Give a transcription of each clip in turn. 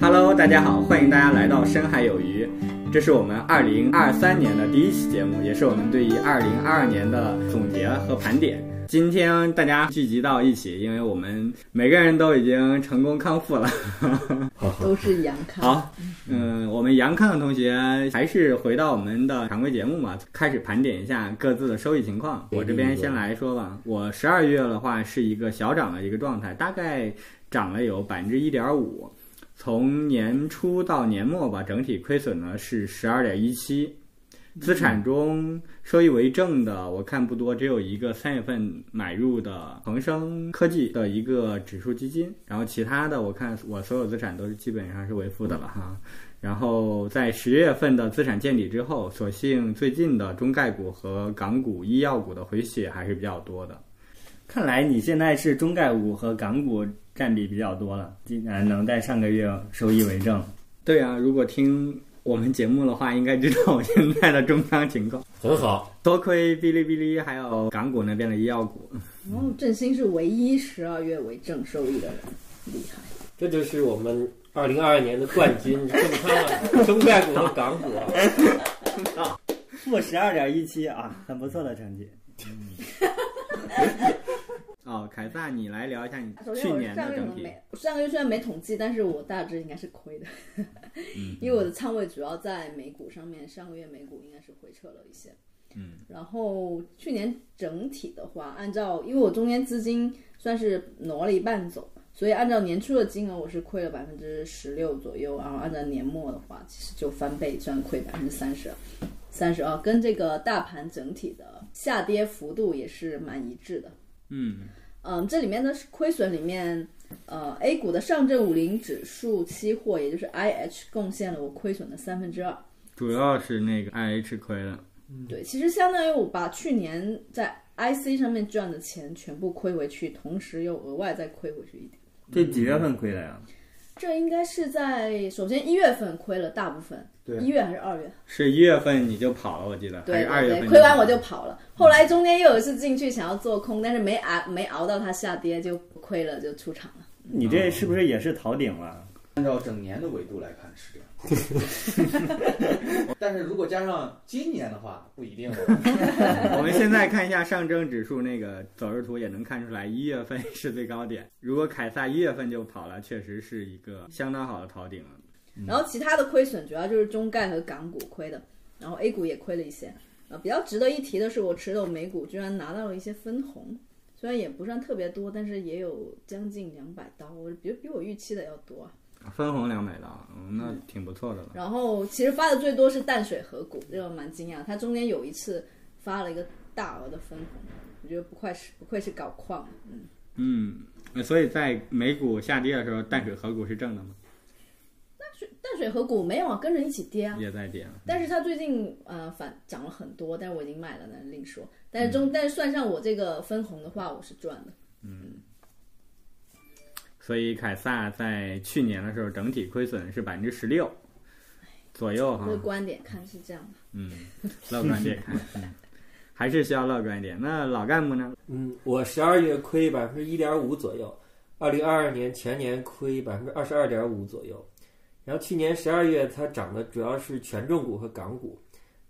Hello，大家好，欢迎大家来到深海有鱼，这是我们二零二三年的第一期节目，也是我们对于二零二二年的总结和盘点。今天大家聚集到一起，因为我们每个人都已经成功康复了。都是阳康。好，嗯，我们杨康的同学还是回到我们的常规节目嘛，开始盘点一下各自的收益情况。我这边先来说吧，我十二月的话是一个小涨的一个状态，大概涨了有百分之一点五，从年初到年末吧，整体亏损呢是十二点一七。资产中收益为正的，我看不多，只有一个三月份买入的恒生科技的一个指数基金，然后其他的我看我所有资产都是基本上是为负的了哈。然后在十月份的资产见底之后，所幸最近的中概股和港股医药股的回血还是比较多的。看来你现在是中概股和港股占比比较多了，竟然能在上个月收益为正。对啊，如果听我们节目的话，应该知道我现在的中仓情况。很好，多亏哔哩哔哩还有港股那边的医药股，然后振兴是唯一十二月为正收益的人，厉害。这就是我们二零二二年的冠军，中仓啊，中概股和港股啊。负十二点一七啊，很不错的成绩。嗯哦，凯撒，你来聊一下你首去先，我年上的个月可整能体没，上个月虽然没统计，但是我大致应该是亏的，嗯因为我的仓位主要在美股上面，上个月美股应该是回撤了一些。嗯，然后去年整体的话，按照因为我中间资金算是挪了一半走，所以按照年初的金额我是亏了百分之十六左右，然后按照年末的话，其实就翻倍，虽然亏百分之三十，三十二跟这个大盘整体的下跌幅度也是蛮一致的。嗯，嗯，这里面的亏损里面，呃，A 股的上证五零指数期货，也就是 IH，贡献了我亏损的三分之二。主要是那个 IH 亏了，对，其实相当于我把去年在 IC 上面赚的钱全部亏回去，同时又额外再亏回去一点。这几月份亏的呀？这应该是在首先一月份亏了大部分，对一月还是二月？是一月份你就跑了，我记得，还对是二对月份对，你亏完我就跑了。后来中间又有一次进去想要做空，但是没熬没熬到它下跌就亏了，就出场了。你这是不是也是逃顶了？按照整年的维度来看是这样，但是如果加上今年的话，不一定了。 我们现在看一下上证指数那个走势图，也能看出来一月份是最高点。 如果凯撒一月份就跑了，确实是一个相当好的逃顶了。然后其他的亏损主要就是中概和港股亏的，然后 A 股也亏了一些。呃，比较值得一提的是，我持有美股居然拿到了一些分红，虽然也不算特别多，但是也有将近两百刀，我比比我预期的要多啊。分红两百刀，嗯，那挺不错的了。然后其实发的最多是淡水河谷，这个蛮惊讶。它中间有一次发了一个大额的分红，我觉得不愧是不愧是搞矿，嗯，嗯，所以在美股下跌的时候，淡水河谷是正的吗？淡水河谷没有啊，跟着一起跌啊。也在跌啊。但是它最近呃反涨了很多，但是我已经卖了，那另说。但是中、但是算上我这个分红的话，我是赚的。所以凯撒在去年的时候整体亏损是百分之十六左右哈。乐观点看是这样的。嗯，乐观 点看，嗯，还是需要乐观一点。那老干部呢？嗯，我十二月亏百分之一点五左右，二零二二年全年亏百分之二十二点五左右。然后去年十二月它涨的主要是权重股和港股，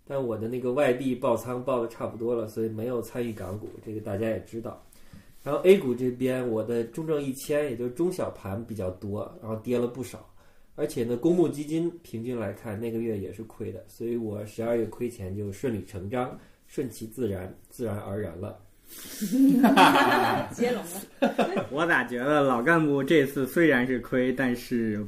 但我的那个外币爆仓爆的差不多了，所以没有参与港股，这个大家也知道。然后 A 股这边我的中证一千，也就是中小盘比较多，然后跌了不少。而且呢，公募基金平均来看，那个月也是亏的，所以我十二月亏钱就顺理成章，顺其自然，自然而然了。接龙了，我咋觉得老干部这次虽然是亏，但是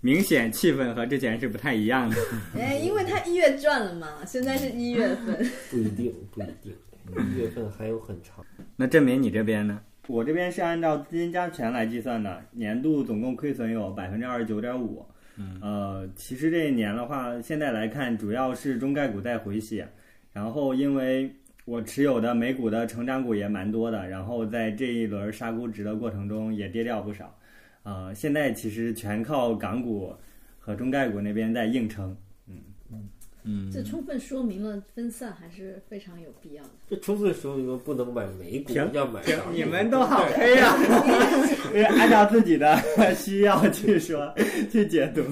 明显气氛和之前是不太一样的。 哎，因为他一月赚了嘛，现在是一月份，不一定，不一定，一月份还有很长。那郑明，你这边呢？我这边是按照资金加权来计算的，年度总共亏损有百分之二十九点五。嗯呃，其实这一年的话，现在来看，主要是中概股在回血，然后因为我持有的美股的成长股也蛮多的，然后在这一轮杀估值的过程中也跌掉不少。呃，现在其实全靠港股和中概股那边在硬撑。嗯，这充分说明了分散还是非常有必要的。这充分说明了不能买美股，行要买 行港股你们都好黑啊呀、因为按照自己的 需要去说、去解 读。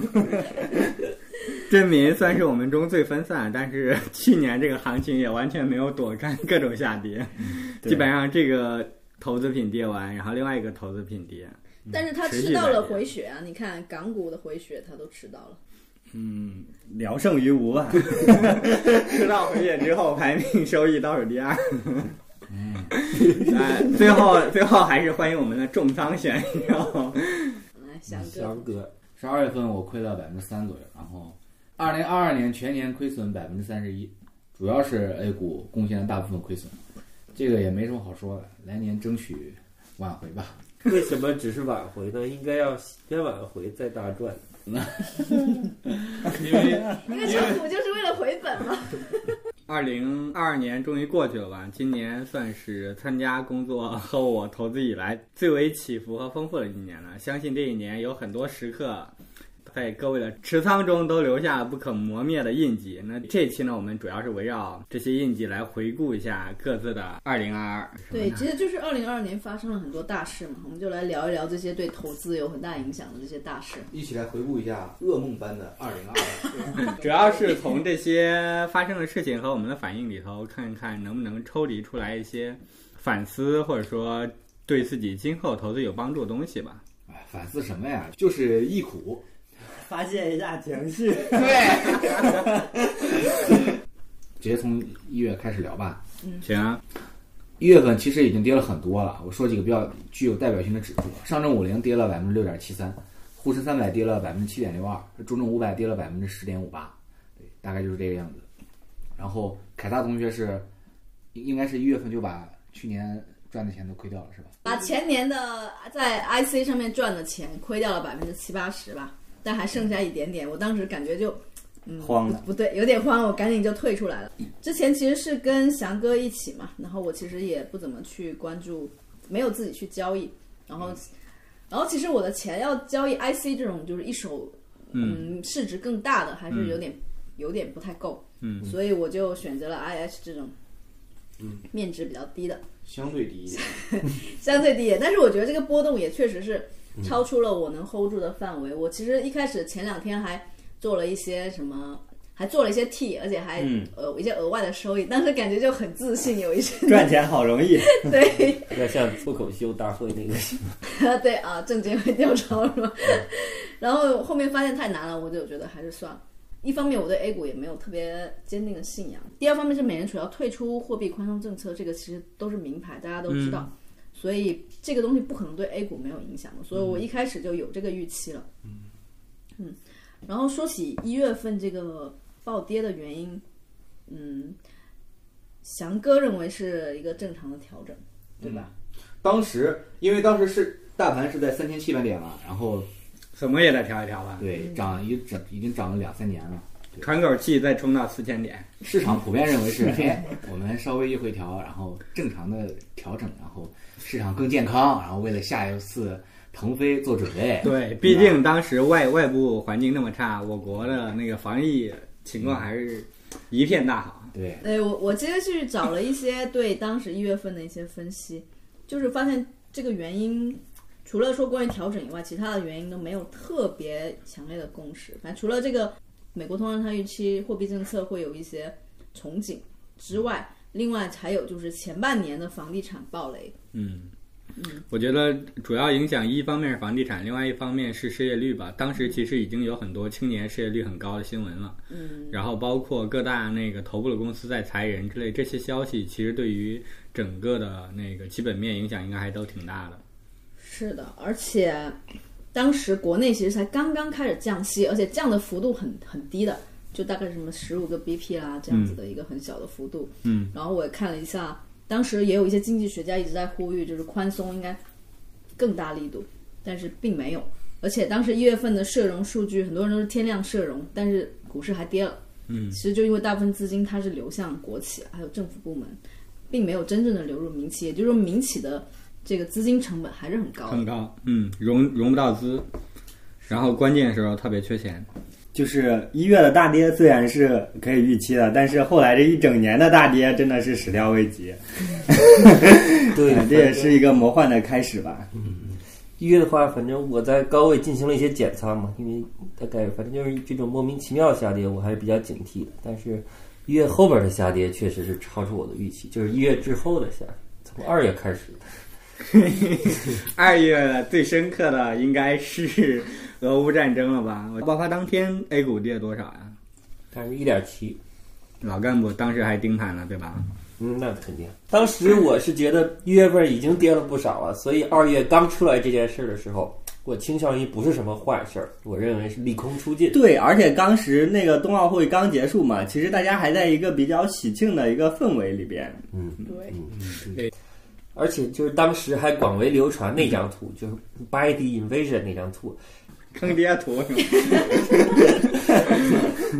真民算是我们中最分散，但是 去年这个行情也完全没有躲开各种下跌，嗯对基本上这个投资品跌完，然后另外一个投资品跌，但是他持续吃到下了跌回血啊！你看港股的回血，他都吃到了。嗯，聊胜于 无吧。吃到回血之后排名收益倒数第二。嗯 哎，最后最后还是欢迎我们的重仓选手， 来，哎翔哥翔，哥， 十二月份我亏了百分之三左右，然后二零二二年全年亏损百分之三十一，主要是 A 股贡献了大部分亏损，这个也没什么好说的，来年争取挽回吧。为什么只是挽回呢？应该要先挽回再大赚。因为因为炒股就是为了回本嘛。二零二二年终于过去了吧？今年算是参加工作和我投资以来最为起伏和丰富的一年了。相信这一年有很多时刻，在各位的持仓中都留下了不可磨灭的印记。那这期呢，我们主要是围绕这些印记来回顾一下各自的二零二二。对，其实就是二零二二年发生了很多大事嘛，我们就来聊一聊这些对投资有很大影响的这些大事。一起来回顾一下噩梦般的二零二二，主要是从这些发生的事情和我们的反应里头，看看能不能抽离出来一些反思，或者说对自己今后投资有帮助的东西吧。 哎反思什么呀？就是忆苦。发泄一下情绪。直接从一月开始聊吧。行啊、一月份其实已经跌了很多了，我说几个比较具有代表性的指数：上证五零跌了百分之六点七三，沪深三百跌了百分之七点六二，中证五百跌了百分之十点五八，对，大概就是这个样子。然后凯撒同学是应应该是一月份就把去年赚的钱都亏掉了，是吧？把前年的在 IC 上面赚的钱亏掉了百分之七八十吧，但还剩下一点点。我当时感觉就，嗯，慌了不不对，有点慌，我赶紧就退出来了。之前其实是跟翔哥一起嘛，然后我其实也不怎么去关注，没有自己去交易，然后，然后其实我的钱要交易 IC 这种就是一手，嗯，市值更大的还是有点、有点不太够，嗯，所以我就选择了 IH 这种，面值比较低的。相对低一点， 相对低一点，但是我觉得这个波动也确实是超出了我能 hold 住的范围。我其实一开始前两天还做了一些什么，还做了一些 T，而且还、嗯呃一些额外的收益，当时感觉就很自信，有一些赚钱好容易，对要像脱口秀大会那个， 对啊，证监会调查了嘛。然后后面发现太难了，我就觉得还是算了。一方面我对 A 股也没有特别坚定的信仰，第二方面是美联储要退出货币宽松政策，这个其实都是名牌，大家都知道，所以这个东西不可能对 A 股没有影响的，所以我一开始就有这个预期了。嗯然后说起一月份这个暴跌的原因，嗯，翔哥认为是一个正常的调整，对吧？嗯当时因为当时是大盘是在三千七百点了，然后怎么也得调一调吧，对涨一整已经涨了两三年了。喘口气再冲到四千点。市场普遍认 为是，哎，我们稍微一回调，然后正常的调整，然后市场更健康，然后为了下一次腾飞做准备。对，毕竟当时外外部环境那么差，我国的那个防疫情况还是一片大好。对，哎，我我接着去找了一些对当时一月份的一些分析，就是发现这个原因，除了说关于调整以外，其他的原因都没有特别强烈的共识。反正除了这个美国通胀它预期货币政策会有一些憧憬之外，另外还有就是前半年的房地产暴雷，嗯，我觉得主要影响一方面是房地产，另外一方面是失业率吧。当时其实已经有很多青年失业率很高的新闻了，嗯，然后包括各大那个头部的公司在裁人之类，这些消息其实对于整个的那个基本面影响应该还都挺大的。是的，而且当时国内其实才刚刚开始降息，而且降的幅度很很低的，就大概什么十五个 BP 啦这样子的一个很小的幅度。嗯，然后我也看了一下，当时也有一些经济学家一直在呼吁，就是宽松应该更大力度，但是并没有。而且当时一月份的社融数据，很多人都是天量社融，但是股市还跌了。嗯，其实就因为大部分资金它是流向国企还有政府部门，并没有真正的流入民企，也就是说民企的这个资金成本还是很高的。很高，嗯，融融不到资，然后关键时候特别缺钱。就是一月的大跌虽然是可以预期的，但是后来这一整年的大跌真的是始料未及，对哎，这也是一个魔幻的开始吧。一月的话，反正我在高位进行了一些减仓嘛，因为大概反正就是这种莫名其妙的下跌，我还是比较警惕的。但是，一月后边的下跌确实是超出我的预期，就是一月之后的下跌，从二月开始。二月的最深刻的应该是俄乌战争了吧？我爆发当天 A 股跌多少呀、但是一点七，老干部当时还盯盘了，对吧？嗯，那肯定。当时我是觉得一月份已经跌了不少了，所以二月刚出来这件事儿的时候，我倾向于不是什么坏事儿，我认为是利空出尽。对，而且当时那个冬奥会刚结束嘛，其实大家还在一个比较喜庆的一个氛围里边。嗯，对，而且就是当时还广为流传那张图，就是 By the Invasion 那张图，坑爹图是吗？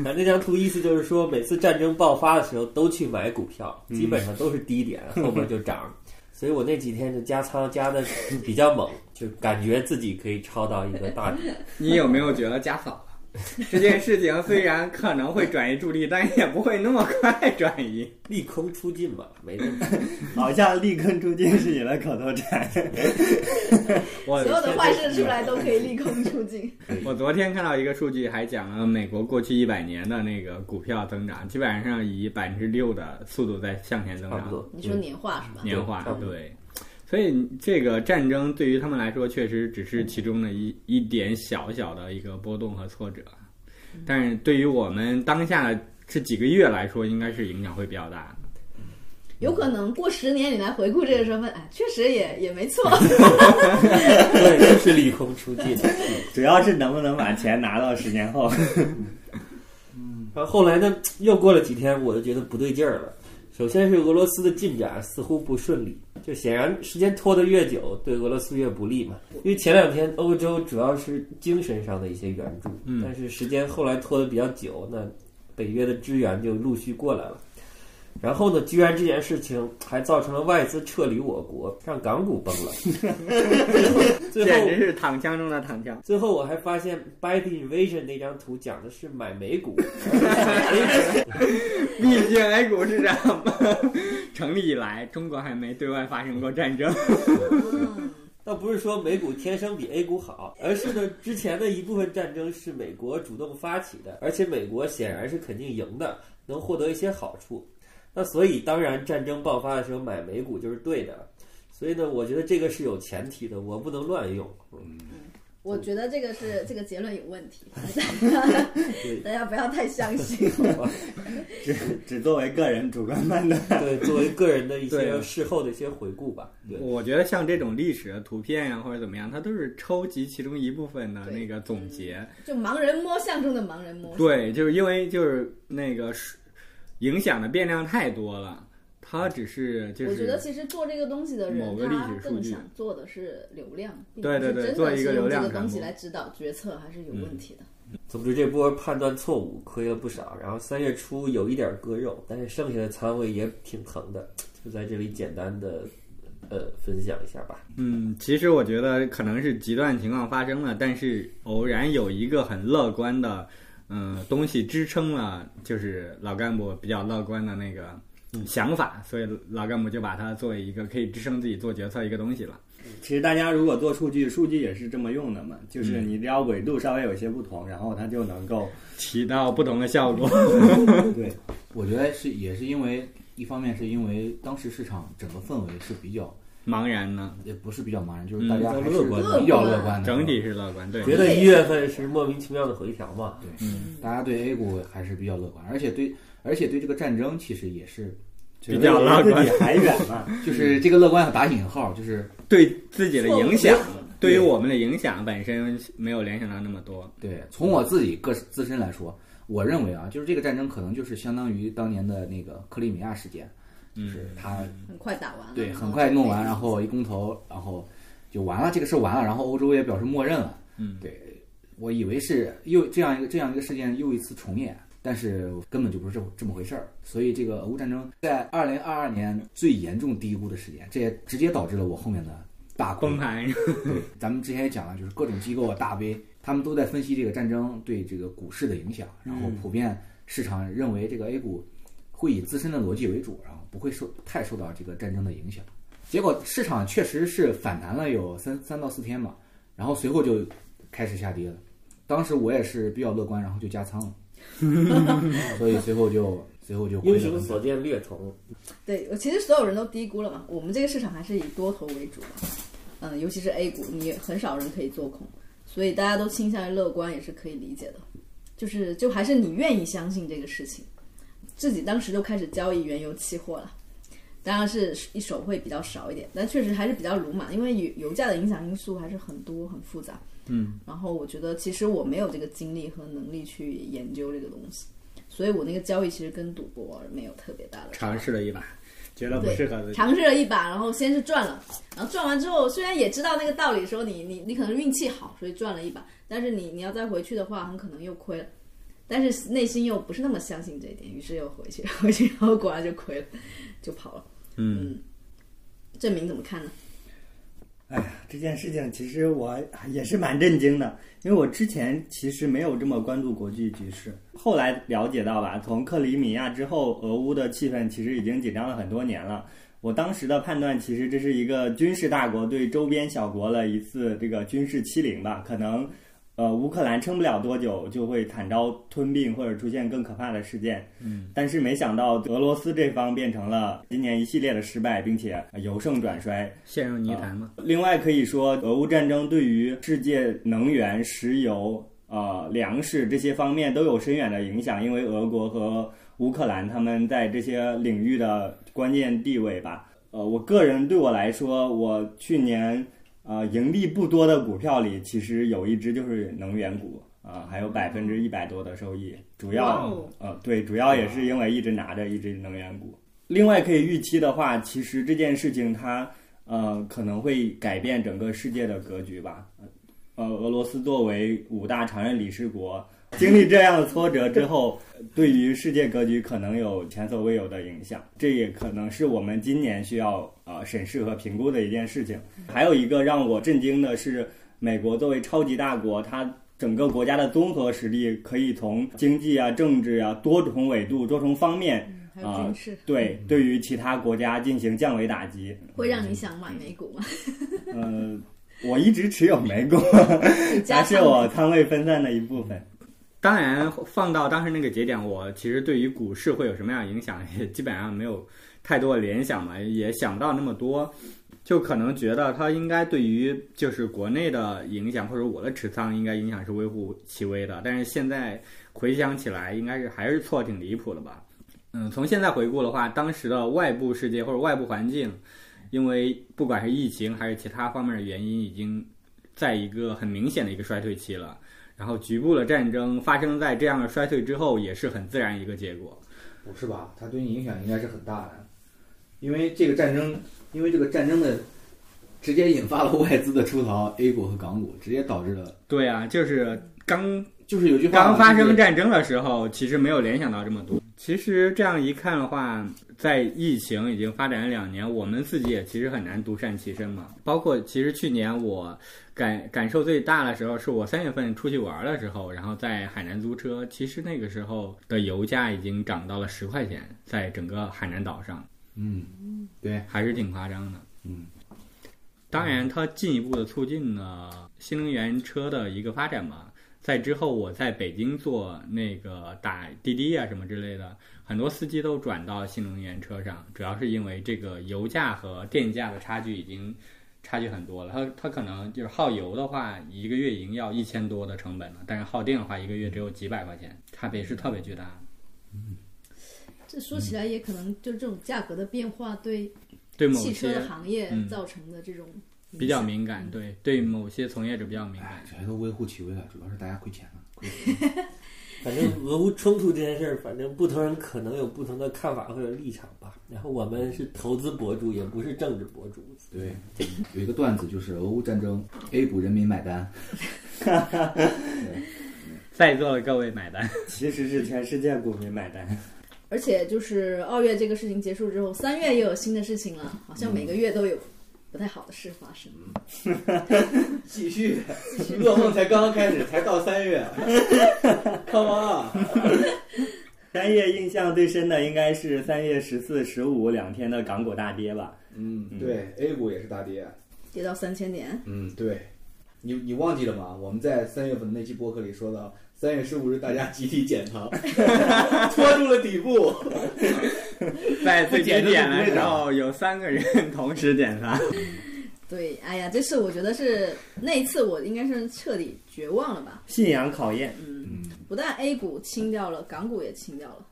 那这张图意思就是说，每次战争爆发的时候都去买股票，基本上都是低点，嗯后面就 涨。所以我那几天就加仓加的比较猛，就感觉自己可以抄到一个大底。你有没有觉得加早了？ 这件事情虽然可能会转移注意力，但也不会那么快转移。利空出尽吧，没问题。 好像立坑出尽是你的口头禅。啊我所有的坏事出来都可以利空出尽。我昨天看到一个数据，还讲了美国过去一百年的那个股票增长，基本上以百分之六的速度在向前增差不长，多。 你说年化是吧？年化差不多对。所以这个战争对于他们来说，确实只是其中的一一点小小的一个波动和挫折，嗯但是对于我们当下的这几个月来说，应该是影响会比较大的。有可能过十年你来回顾这个身份，哎，确实也也没 错。嗯对，就是利空出尽。主要是能不能把钱拿到十年后。 然后后来呢，又过了几天，我就觉得不对劲儿了。首先是俄罗斯的进展似乎不顺利，就显然时间拖得越久，对俄罗斯越不利嘛。因为前两天欧洲主要是精神上的一些援助，嗯但是时间后来拖得比较久，那北约的支援就陆续过来了。然后呢，居然这件事情还造成了外资撤离我国，让港股崩 了。最后，最简后直是躺枪中的躺枪。最后我还发现 By the Invasion 那张图讲的是买美股，而不是买 A 股毕竟哎 A 股市场 成立以来，中国还没对外发生过战争。嗯，倒不是说美股天生比 A 股好，而是呢，之前的一部分战争是美国主动发起的，而且美国显然是肯定赢的，能获得一些好处。那所以当然战争爆发的时候买美股就是对的，所以呢，我觉得这个是有前提的，我不能乱用。我觉得这个是这个结论有问题，对 大家不要太 相信。只只作为个人主观判断。对，作为个人的一些对事后的一些回顾吧。对，我觉得像这种历史的图片呀、或者怎么样，它都是抽集其中一部分的那个总结。就盲人摸象中的盲人摸象。对，就是因为就是那个是影响的变量太多了，它只是就我觉得是其实做这个东西的人某，个他历史数更据想做的是流量，并对不是对对真的做一个是用流量嗯这个传东西播来指导决策还是有问题的。总之这波判断错误，亏了不少。然后三月初有一点割肉，但是剩下的仓位也挺疼的，就在这里简单的呃分享一下吧。嗯，其实我觉得可能是极端情况发生了，但是偶然有一个很乐观的嗯、呃东西支撑了，就是老干部比较乐观的那个想法，所以老干部就把它作为一个可以支撑自己做决策一个东西了。其实大家如果做数据，数据也是这么用的嘛，嗯就是你只要纬度稍微有些不同，然后它就能够起到不同的效果。对，我觉得是也是因为一方面是因为当时市场整个氛围是比较茫然呢，也不是比较茫然，就嗯是大家都还是乐观的比较乐观的， 整体是乐观，对，觉得一月份是莫名其妙的回调嘛？对，大家对 A 股还是比较乐观，而且对而且对这个战争其实也是觉得比较乐观离自己还远嘛。就是这个乐观打引号，就是对自己的影响错误， 对于我们的影响本身没有联想到那么多。对，从我自己个自身来说，我认为啊，就是这个战争可能就是相当于当年的那个克里米亚事件，嗯就是他很快打完了，对然后很快弄完，就然后一公投，然后就完了，这个事儿完了，然后欧洲也表示默认了，嗯，对，我以为是又这样一个这样一个事件又一次重演。但是根本就不是这这么回事儿，所以这个俄乌战争在二零二二年最严重低估的时间，这也直接导致了我后面的大亏崩。盘， 对， 咱们之前也讲了，就是各种机构啊、大 V，他们都在分析这个战争对这个股市的影响，然后普遍市场认为这个 A 股会以自身的逻辑为主，然后不会受太受到这个战争的影响。结果市场确实是反弹了有三三到四天嘛，然后随后就开始下跌了。当时我也是比较乐观，然后就加仓了，所以随后就随后就回英了雄所见略同，对，我其实所有人都低估了嘛，我们这个市场还是以多头为主嘛，嗯、尤其是 A 股，你很少人可以做空，所以大家都倾向于乐观也是可以理解的，就是就还是你愿意相信这个事情，自己当时就开始交易原油期货了。当然是一手会比较少一点，但确实还是比较鲁莽，因为油油价的影响因素还是很多很复杂。嗯，然后我觉得其实我没有这个精力和能力去研究这个东西，所以我那个交易其实跟赌博没有特别大的差别尝试了一把，觉得不对适合自己。尝试了一把，然后先是赚了，然后赚完之后，虽然也知道那个道理，说你你你可能运气好，所以赚了一把，但是你你要再回去的话，很可能又亏了。但是内心又不是那么相信这一点，于是又回去， 回去然后果然就亏了，就跑了。嗯，证明怎么看呢？这件事情其实我也是蛮震惊的，因为我之前其实没有这么关注国际局势，后来了解到吧，从克里米亚之后，俄乌的气氛其实已经紧张了很多年了。我当时的判断，其实这是一个军事大国对周边小国的一次这个军事欺凌吧，可能。呃，乌克兰撑不了多久就会惨遭吞并或者出现更可怕的事件。嗯，但是没想到俄罗斯这方变成了今年一系列的失败，并且由盛转衰，陷入泥潭嘛。另外可以说，俄乌战争对于世界能源、石油、呃粮食这些方面都有深远的影响，因为俄国和乌克兰他们在这些领域的关键地位吧。呃，我个人对我来说，我去年呃盈利不多的股票里，其实有一只就是能源股啊、还有百分之一百多的收益，主要、哇哦呃对，主要也是因为一直拿着一只能源股。另外可以预期的话，其实这件事情它呃，可能会改变整个世界的格局吧。呃，俄罗斯作为五大常任理事国， 经历这样的挫折之后，对于世界格局可能有前所未有的影响。这也可能是我们今年需要呃审视和评估的一件事情。嗯还有一个让我震惊的是，美国作为超级大国，它。整个国家的综合实力可以从经济啊、政治啊多重维度、多重方面，嗯，还有军事，啊对对于其他国家进行降维打击。会让你想买美股吗？呃，我一直持有美股，嗯你 加它是上我仓位分散的一部分。当然，放到当时那个节点，我其实对于股市会有什么样的影响，也基本上没有太多的联想嘛，也想不到那么多，就可能觉得它应该对于就是国内的影响，或者我的持仓应该影响是微乎其微的。但是现在回想起来，应该是还是错挺离谱的吧。嗯，从现在回顾的话，当时的外部世界或者外部环境，因为不管是疫情还是其他方面的原因，已经在一个很明显的一个衰退期了。然后局部的战争发生在这样的衰退之后，也是很自然一个结果。不是吧？它对你影响应该是很大的，因为这个战争，因为这个战争的直接引发了外资的出逃，A 股和港股直接导致了，对啊，就是刚就是有句话刚发啊就是生战争的时候，其实没有联想到这么多。其实这样一看的话，在疫情已经发展了两年，我们自己也其实很难独善其身嘛。包括其实去年我感感受最大的时候，是我三月份出去玩的时候，然后在海南租车，其实那个时候的油价已经涨到了十块钱，在整个海南岛上。嗯，对，还是挺夸张的。嗯，当然，它进一步的促进了新能源车的一个发展嘛。在之后，我在北京做那个打滴滴啊什么之类的，很多司机都转到新能源车上，主要是因为这个油价和电价的差距已经差距很多了。它它可能就是耗油的话，一个月已经要一千多的成本了，但是耗电的话，一个月只有几百块钱，差别是特别巨大的。这说起来也可能就这种价格的变化对对某汽车些行业嗯造成的这种影比较响嗯敏感，对对某些从业者比较敏感哎，。这些都微乎其微了，主要是大家亏钱了，亏钱了反正俄乌冲突这件事儿，反正不同人可能有不同的看法或者立场吧。然后我们是投资博主，也不是政治博主。对，有一个段子就是俄乌战争，A 股人民买单，在座的各位买 单。其实是全世界股民买单。而且就是二月这个事情结束之后，三月又有新的事情了，好像每个月都有。不太好的事发生。继续，噩梦才刚刚开始，才到三月 ，Come on！三月印象最深的应该是三月十四、十五两天的港股大跌吧。嗯，嗯对，A 股也是大跌。跌到三千点，嗯，对，你你忘记了吗？我们在三月份的那期播客里说到，三月十五日大家集体减仓，拖住了底部。在最低点的不减时就不候，有三个人同时点它。对，哎呀，这次我觉得是那一次我应该是彻底绝望了吧。信仰考验，嗯，嗯，不但 A 股清掉了，港股也清掉了。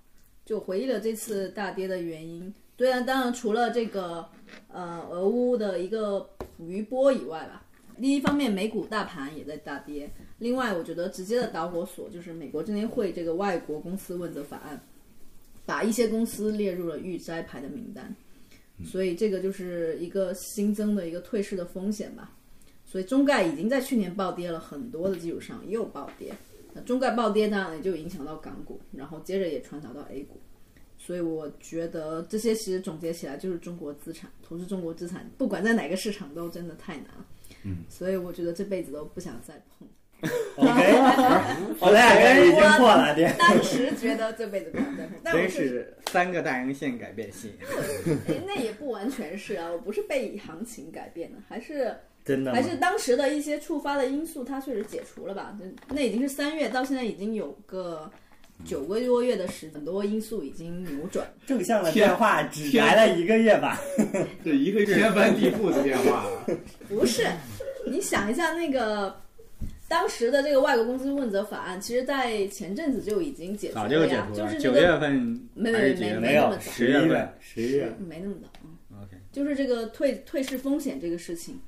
就回忆了这次大跌的原因，对啊，当然除了这个呃俄乌的一个余波以外吧。第一方面，美股大盘也在大跌。另外，我觉得直接的导火索就是美国证监会这个外国公司问责法案，把一些公司列入了预摘牌的名单，所以这个就是一个新增的一个退市的风险吧。所以中概已经在去年暴跌了很多的基础上又暴跌，那中概暴跌当然也就影响到港股，然后接着也传导到 A 股。所以我觉得这些其实总结起来就是中国资产投资中国资产，不管在哪个市场都真的太难了。嗯，所以我觉得这辈子都不想再碰。 OK，我俩人已经破了点。当时觉得这辈子不想再碰，但我真确实是三个大阳线改变性。哎，那也不完全是啊，我不是被行情改变的，还是真的吗还？是当时的一些触发的因素，它确实解除了吧？那那已经是三月，到现在已经有个九个多月的时间，很多因素已经扭转了。正向的变化只来了一个月吧。这一个天翻地覆的变化。不是，你想一下那个当时的这个外国公司问责法案，其实在前阵子就已经解除早了就解呀，除就了，是这九个月份没还没是几月没份没那有么早，十一月，十一月。没那么早。嗯 OK 就是这个退退市风险这个事情。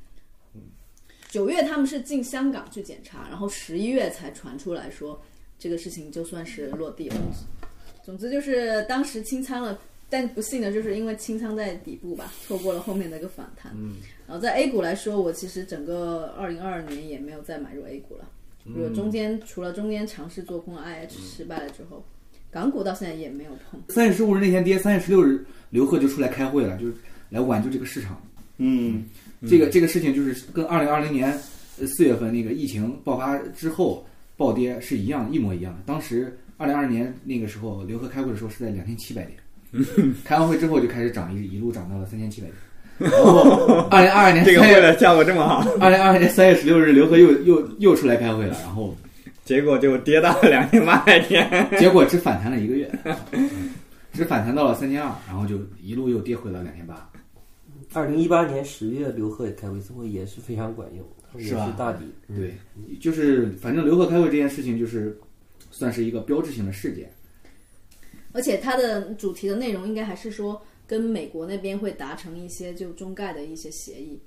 九月他们是进香港去检查，然后十一月才传出来说这个事情就算是落地了。总之就是当时清仓了，但不幸的就是因为清仓在底部吧，错过了后面的一个反弹。嗯，然后在 A 股来说，我其实整个二零二二年也没有再买入 A 股了。如果中间除了中间尝试做空 IH 失败了之后，港股到现在也没有碰。 三月十五日那天跌，三月十六日刘鹤就出来开会了，就是来挽救这个市场。嗯，这个这个事情就是跟二零二零年呃四月份那个疫情爆发之后暴跌是一样，一模一样的。当时二零二零年那个时候，刘鹤开会的时候是在两千七百 点，开完会之后就开始涨，一一路涨到了三千七百 点。然后二零二二年这个三为月，了效果这么好，二零二二年三月十六日，刘鹤又又又出来开会了，然后结果就跌到了两千八百点。结果只反弹了一个月， 只反弹到了三千二，然后就一路又跌回了两千八。二零一八年十月，刘鹤也开过一次会，也是非常管用，也是吧大底。嗯对，就是反正刘鹤开会这件事情就是算是一个标志性的事件。而且它的主题的内容应该还是说跟美国那边会达成一些就中概的一些协议。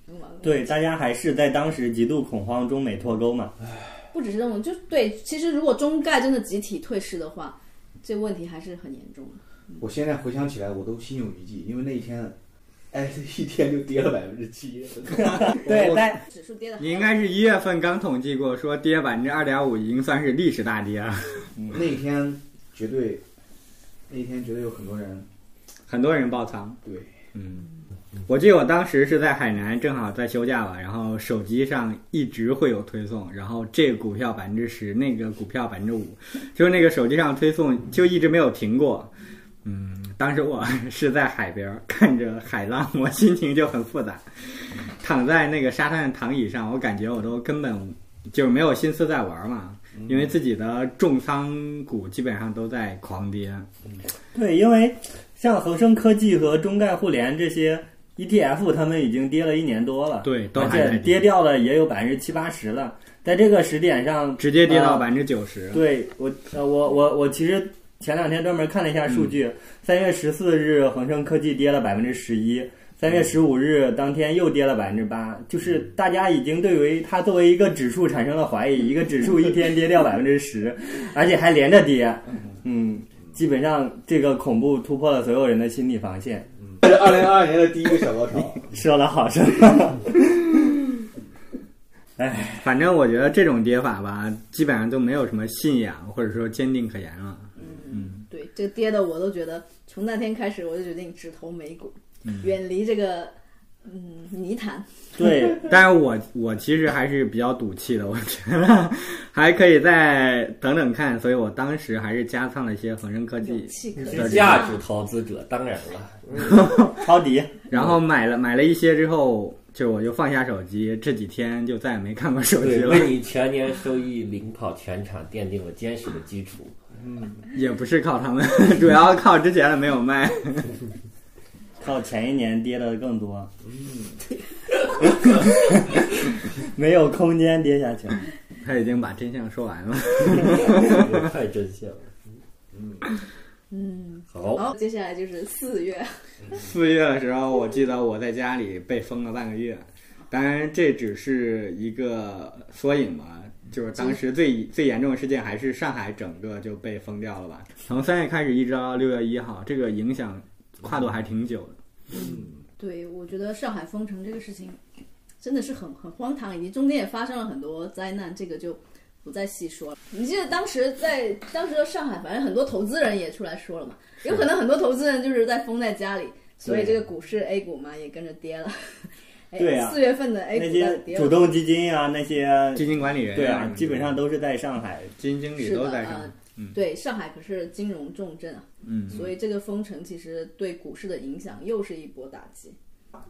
对，大家还是在当时极度恐慌中美脱钩嘛。不只是这种，就对。其实如果中概真的集体退市的话，这问题还是很严重的。我现在回想起来，我都心有余悸，因为那一天， 哎，一天就跌了百分之七。对，但指数跌的你应该是一月份刚统计过，说跌百分之二点五已经算是历史大跌了，那一天绝对，那一天绝对有很多人很多人爆仓。对，嗯，我记得我当时是在海南，正好在休假吧，然后手机上一直会有推送，然后这个股票百分之十，那个股票百分之五，就是那个手机上推送就一直没有停过。嗯，当时我是在海边儿看着海浪，我心情就很复杂。躺在那个沙滩的躺椅上，我感觉我都根本就是没有心思在玩嘛，嗯因为自己的重仓股基本上都在狂跌。对，因为像恒生科技和中概互联这些 ETF，他们已经跌了一年多了，对，都而还在且跌掉了也有百分之七八十了。在这个时点上，直接跌到呃百分之九十。对我，呃，我我我其实前两天专门看了一下数据，三、月十四日恒生科技跌了百分之十一，三月十五日当天又跌了百分之八，就是大家已经对于它作为一个指数产生了怀疑，一个指数一天跌掉百分之十，而且还连着跌，嗯，基本上这个恐怖突破了所有人的心理防线。这是二零二二年的第一个小高 潮。说了好声，反正我觉得这种跌法吧，基本上都没有什么信仰或者说坚定可言了。对，这跌的我都觉得，从那天开始我就决定只投美股，远离这个嗯，泥潭对，但是我我其实还是比较赌气的，我觉得还可以再等等看，所以我当时还是加上了一些恒生科技勇，气可你对是这价值投资者，当然了，抄底然后买了买了一些之后，就我就放下手机，这几天就再也没看过手机对，了，为你全年收益领跑全场奠定了坚实的基础。也不是靠他们， 主要靠之前的没有卖。靠前一年跌的更多， 没有空间跌下去。他已经把真相说完了，太真相了。嗯，好，好，接下来就是四月，四月的时候，我记得我在家里被封了半个月，当然这只是一个缩影嘛，就是当时最最严重的事件还是上海整个就被封掉了吧，从三月开始一直到六月一号，这个影响跨度还挺久的。对我觉得上海封城这个事情真的是很很荒唐，以及中间也发生了很多灾难，这个就不再细说了。你记得当时在当时的上海，反正很多投资人也出来说了嘛，有可能很多投资人就是在封在家里，所以这个股市 A 股嘛也跟着跌了。哎对啊四月份的 A 那股大些底跌主了，动基金啊，那些基金管理人对啊，基本上都都是在上海。基金经理是都的在上啊海，对上海可是金融重镇啊，嗯，所以这个封城其实对股市的影响又是一波打击。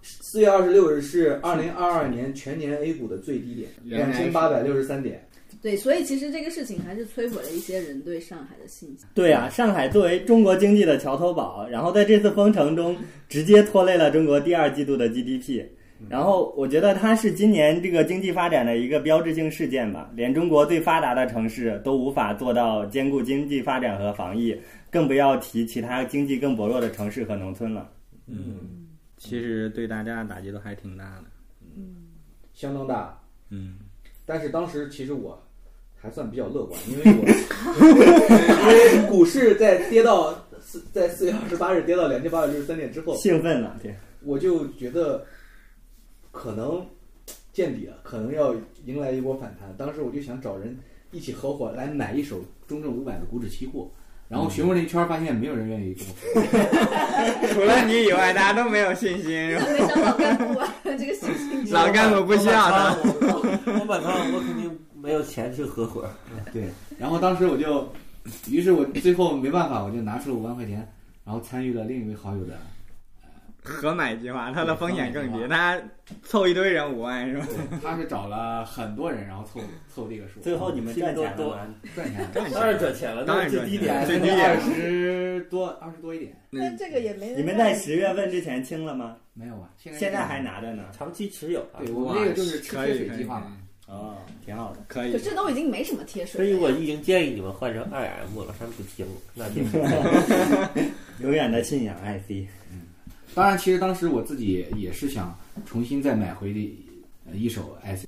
四月二十六日是二零二二年全年 A 股的最低点，原两来是千八百六十三点。对，所以其实这个事情还是摧毁了一些人对上海的信心。对啊，上海作为中国经济的桥头堡，然后在这次封城中直接拖累了中国第二季度的 GDP。然后我觉得它是今年这个经济发展的一个标志性事件吧，连中国最发达的城市都无法做到兼顾经济发展和防疫，更不要提其他经济更薄弱的城市和农村了。嗯，其实对大家的打击都还挺大的。相当大。嗯，但是当时其实我还算比较乐观，因为我 因为股市在跌到四在四月二十八日跌到两千八百六十三点之后，兴奋了，对，我就觉得可能见底了，可能要迎来一波反弹。当时我就想找人一起合伙来买一手中证五百的股指期货。然后询问了一圈儿，发现没有人愿意跟我合伙。除了你以外，大家都没有信心，是吧？ 没想到干部啊，这个信心 老干部不需要他。我我把他，我肯定没有钱去合伙。对，然后当时我就，于是我最后没办法，我就拿出了五万块钱，然后参与了另一位好友的合买计划，它的风险更低，大家凑一堆人五万是吧？ 他是找了很多人，然后凑凑这个数，最后你们赚钱了吗？赚钱了，赚当然赚钱了，当那然是最低赚点钱。最低二点十多，二十多一点，但这个也没人你们在十月份之前清了吗？没有吧？现在现在还。拿着呢。长期持有啊，对我们这个就是吃贴水计划嘛，哦，挺好的。可以干，可是都已经没什么贴所水以了呀，我已经建议你们换成 2M 了，他们不听，那就永远的信仰 IC。当然，其实当时我自己也是想重新再买回的呃一手 S，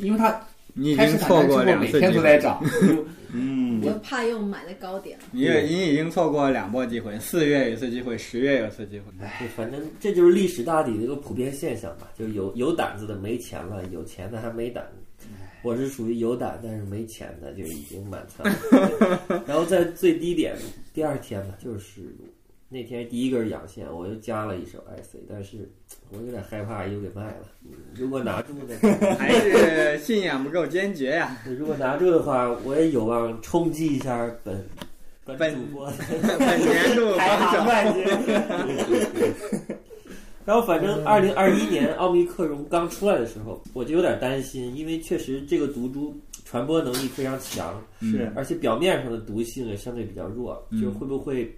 因为它你已开经始错反弹之过后两每次天机都在会，涨，嗯我就怕又买在高点了。你也你已经错过两波机会，四月有一次机会，十月有一次机会。 对，反正这就是历史大底的一个普遍现象吧，就是有有胆子的没钱了，有钱的还没胆。我是属于有胆但是没钱的，就已经满仓 了。然后在最低点第二天吧，就是那天第一根阳线，我又加了一手 IC，但是我有点害怕，又给卖了。嗯如果拿住呢？还是信仰不够坚决呀、 如果拿住的话，我也有望冲击一下本本本主播的。本年度排榜行首，冠军。 然后反正二零二一年奥密克戎刚出来的时候，我就有点担心，因为确实这个毒株传播能力非常强，是而且表面上的毒性也相对比较弱，嗯就会不会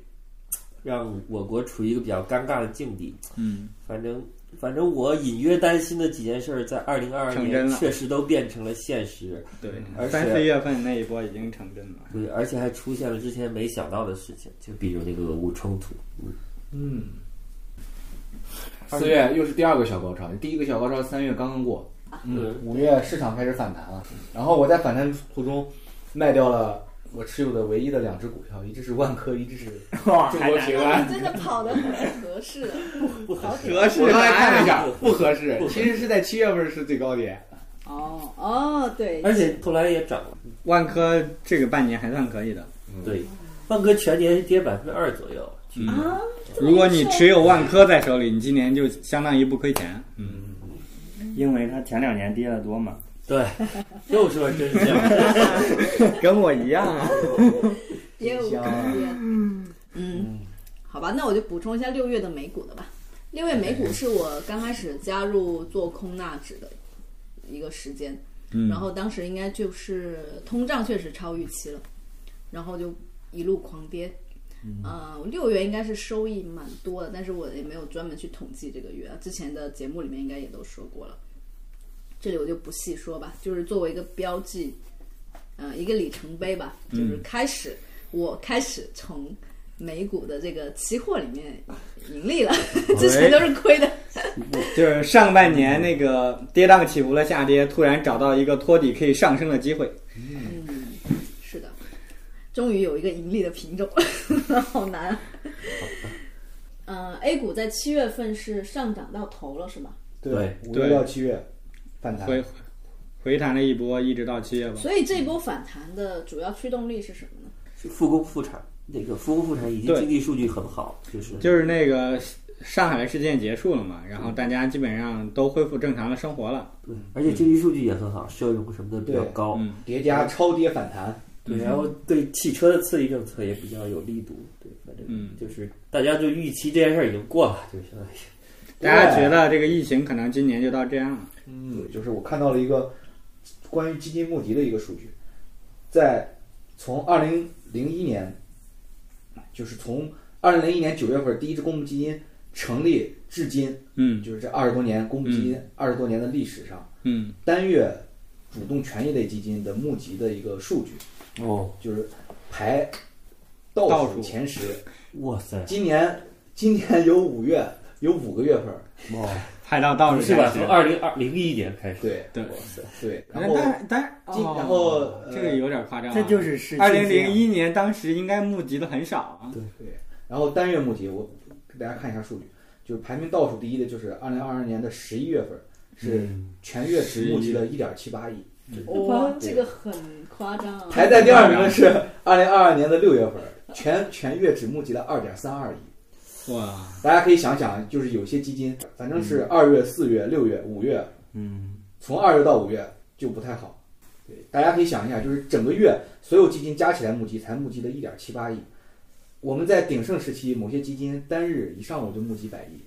让我国处于一个比较尴尬的境地？嗯，反正反正我隐约担心的几件事儿，在二零二二成真年了确实都变成了现实，对，嗯而且三四月份那一波已经成真了。对，而且还出现了之前没想到的事情，就比如那个俄乌冲突，嗯，四月又是第二个小高潮，第一个小高潮三月刚刚过，嗯，五月市场开始反弹了，然后我在反弹途中卖掉了我持有的唯一的两只股票，一只是万科，一只是哇，中还国拿平那安。你真的跑得很合适啊，不合适。合适我刚才看了啥一呀？下，不合适哎不，合适其实是在七月份是最高点。哦哦，对，而且后来也涨了，万科这个半年还算可以的，对，万科全年跌百分之二左右，去嗯啊，如果你持有万科在手里，你今年就相当于不亏钱。嗯因为它前两年跌得多嘛。对，又说真 相。跟我一样啊。业务空间。嗯，好吧，那我就补充一下六月的美股的吧。六月美股是我刚开始加入做空纳指的一个时间，嗯然后当时应该就是通胀确实超预期了，然后就一路狂跌。呃，六月应该是收益蛮多的，但是我也没有专门去统计这个月啊，之前的节目里面应该也都说过了，这里我就不细说吧。就是作为一个标记，呃，一个里程碑吧，就是开始、我开始从美股的这个期货里面盈利了， 之前都是亏的。就是上半年那个跌宕起伏的下跌，突然找到一个托底可以上升的机会。是的，终于有一个盈利的品种， 好难啊。呃，A 股在七月份是上涨到头了，是吗？对五月到七月反弹，回回弹了一波，一直到七月吧。所以这波反弹的主要驱动力是什么呢？是复工复产，那个复工复产以及对经济数据很好，就是就是那个上海的事件结束了嘛，然后大家基本上都恢复正常的生活了。对，而且经济数据也很好，社融什么的比较对高。嗯，叠加超跌反弹，对，然后对汽车的刺激政策也比较有力度。对，反正嗯就是大家就预期这件事儿已经过了，就相当于大家觉得这个疫情可能今年就到这样了。对，就是我看到了一个关于基金募集的一个数据，在从二零零一年，就是从二零零一年九月份第一支公募基金成立至今，嗯就是这二十多年公募基金二十多年的历史上，嗯单月主动权益类基金的募集的一个数据，哦，就是排倒倒数数前十。哇塞，今年今年有五月有五个月份儿，哇，拍到倒数是吧？开始从二零二零一年开始，对对哇塞，对，然但后但但今哦然后呃这个有点夸张啊，这就是是二零零一年当时应该募集的很少啊。然后单月募集，我给大家看一下数据，就是排名倒数第一的就是二零二二年的十一月份儿嗯是全月只募集了一点七八亿，哇，这个很夸张啊！排在第二名的是二零二二年的六月份儿，全全月只募集了二点三二亿。哇，大家可以想想，就是有些基金，反正是二月、四月、六月、五月，嗯，从二月到五月就不太好。对，大家可以想一下，就是整个月所有基金加起来募集才募集了一点七八亿。我们在鼎盛时期，某些基金单日一上午就募集百亿，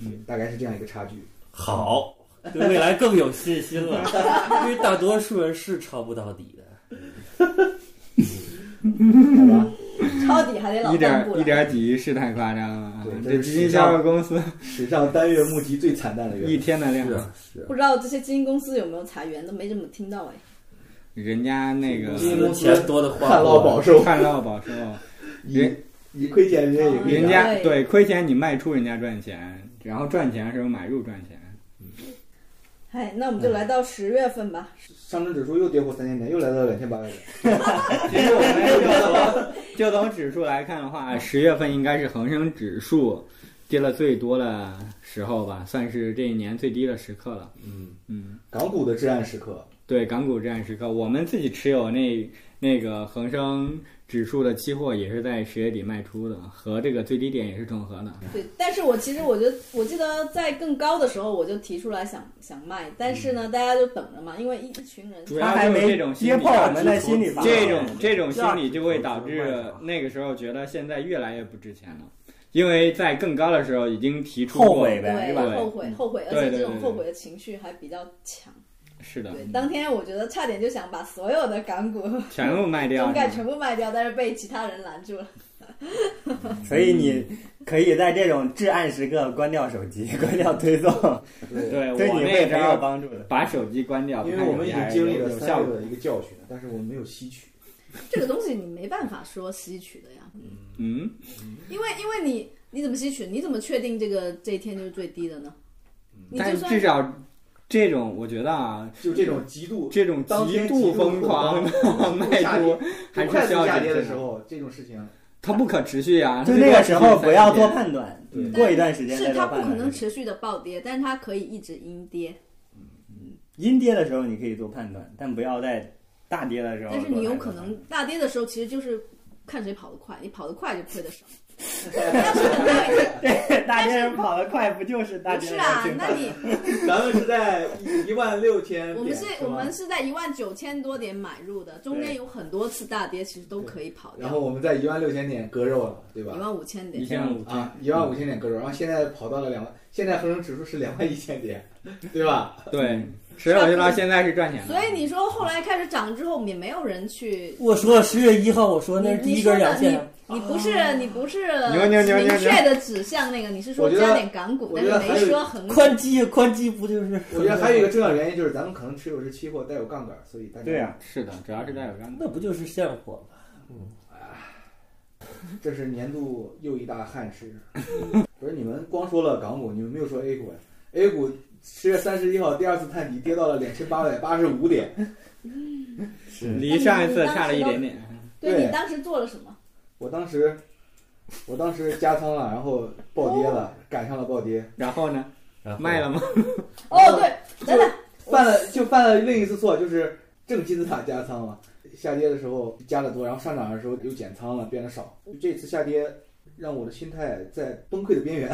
嗯，大概是这样一个差距。好，对未来更有信心 了，因为大多数人是抄不到底的。抄底还得老一干点部一了。点几亿是太夸张了啊对！这这是基金史上销售公司史上单月募集最惨淡的月一份，天的量是，啊，是啊。不知道这些基金公司有没有裁员，都没怎么听到哎。人家那个基金的钱多的花旱不涝完，保收，旱涝保收，以以亏减约盈利人啊。家对对亏钱你卖出，人家赚钱，然后赚钱的时候买入赚钱。哎，那我们就来到十月份吧。上证指数又跌破三千点，又来到两千八百点。 其实我们就从就从指数来看的话，十月份应该是恒生指数跌了最多的时候吧，算是这一年最低的时刻了。嗯，嗯，港股的至暗时刻，对，港股这样时刻，我们自己持有那那个恒生指数的期货也是在十月底卖出的，和这个最低点也是重合的。对，但是我其实我觉得，我记得在更高的时候我就提出来想想卖，但是呢，大家就等着嘛，因为一一群人主它要还就是没这种心跌理破我们的心理防线这种这种心理就会导致那个时候觉得现在越来越不值钱了，因为在更高的时候已经提出过后悔呗，对是吧？对后悔后悔，而对且对这种对后悔的情绪还比较强。是的，对，当天我觉得差点就想把所有的港股全部卖掉 中，概全部卖掉，但是被其他人拦住了。所以你可以在这种至暗时刻关掉手机，关掉推送，对对我你会那很有招帮助的。把手机关掉，因为我们已经经历了有三效月果。的一个教训了，但是我们没有吸取。 这个东西你没办法说吸取的呀，嗯，因为因为你你怎么吸取？你怎么确定这个这一天就是最低的呢？你就但算至少这种我觉得啊，就这种极度这种当极天度疯狂的 卖下出跌，还是快需速要下谨跌的慎时，候，这种事情，它不可持续啊。就最那多个时候不要做只能判断对，过一段时间是再它做不判可能断。持续的暴跌，但是它可以一直阴跌，阴跌的时候你可以做判断，但不要在大跌的时候。但是你有可能大跌的时候，其实就是看谁跑得快，你跑得快就亏得少。要是等到已经大仙人跑得快，不就是大不仙是人啊跑得？那快你咱们是在一万六千，我们是，我吧们是在一万九千多点买入的，中间有很多次大跌，其实都可以跑掉。然后我们在一万六千点割肉了，对一吧？万五千一点，千五啊，一万五千点割肉，然后现在跑到了两万，现在恒生指数是两万一千点，对吧？对，迟早就到现在是赚钱的。所以你说后来开始涨之后，也没有人去。我说十月一号，我说那你是第你一说根的阳你线，啊你不是、你不是牛牛牛牛明确的指向那个，你是说我觉得加点港股，我但觉得是没说很宽基宽基不就是？我觉得还有一个重要原因就是咱们可能持有是期货带有杠杆，所以大家对呀、是的，只要是带有杠杆，那不就是现货吗？这是年度又一大憾事。 不是你们光说了港股，你们没有说 A 股呀？A 啊股十月三十一号第二次探底，跌到了两千八百八十五点。是离上一次差了一点点。对对你当时做了什么？我当时，我当时加仓了，然后暴跌了，赶上了暴跌，然后呢，卖卖了吗？哦，对，等等，犯了就犯了另一次错，就是正金字塔加仓了。下跌的时候加的多，然后上涨的时候又减仓了，变得少。这次下跌让我的心态在崩溃的边缘，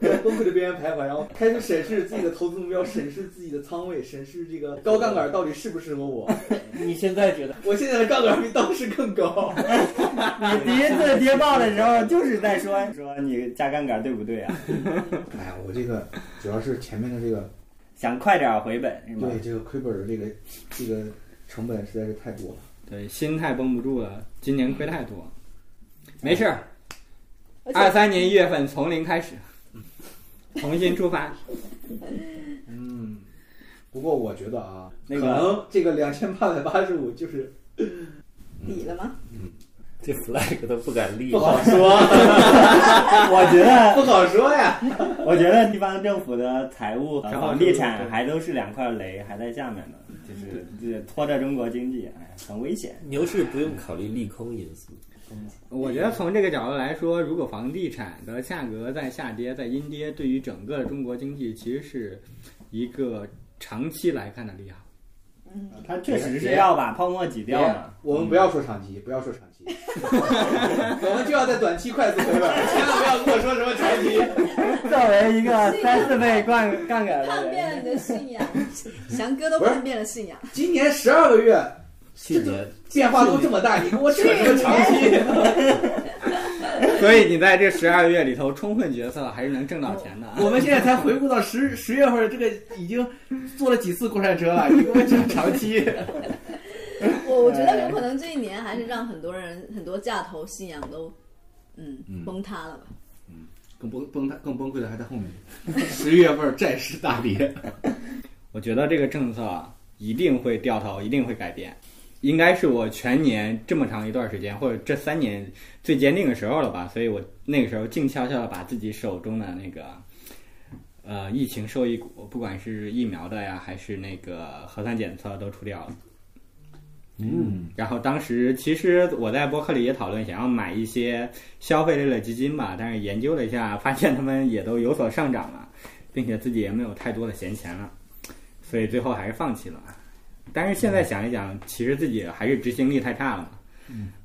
在崩溃的边缘 徘徊，然后开始审视自己的投资目标，审视自己的仓位，审视这个高杠杆到底适不适合我。 你现在觉得我现在的杠杆比当时更高。你第一次跌爆的时候，就是在说说你加杠杆对不对啊？哎呀，我这个主要是前面的这个想快点回本是吗对？这个亏本的这个这个成本实在是太多了。对，心态绷不住了，今年亏太多。没事儿，而且二三年一月份从零开始，重新出发。嗯，不过我觉得啊，那可个能这个两千八百八十五就是比了吗？这 flag 都不敢立不好说， 我觉 不得，好说呀。我觉得地方政府的财务、呃然后房地产还都是两块雷，还在下面呢，就是这拖着中国经济，哎呀，很危险。牛市不用考虑利空因素，我觉得从这个角度来说，如果房地产的价格在下跌、在阴跌，对于整个中国经济其实是一个长期来看的利好。嗯，它确实是要把泡沫挤掉嘛。我们不要说长期，不要说长期，嗯 我们就要在短期快速回本，千万不要跟我说什么长期。作为一个三四倍杠杠杆叛的变人，了你的信仰，翔哥都不是叛变了信仰。今年十二个月去年变化都这么大，你跟我扯什么长期？所以你在这十二月里头充分决策，还是能挣到钱的啊。我们现在才回顾到十十月份，这个已经坐了几次过山车了，你跟我讲长期？我我觉得有可能这一年还是让很多人很多架头信仰都嗯嗯崩塌了吧。更崩崩更崩溃的还在后面。十月份债市大跌，我觉得这个政策啊一定会掉头，一定会改变，应该是我全年这么长一段时间，或者这三年最坚定的时候了吧。所以我那个时候静悄悄的把自己手中的那个，呃，疫情受益股，不管是疫苗的呀，还是那个核酸检测都出掉了。嗯，然后当时其实我在博客里也讨论想要买一些消费类的基金吧，但是研究了一下，发现他们也都有所上涨了，并且自己也没有太多的闲钱了，所以最后还是放弃了。但是现在想一想，其实自己还是执行力太差了嘛。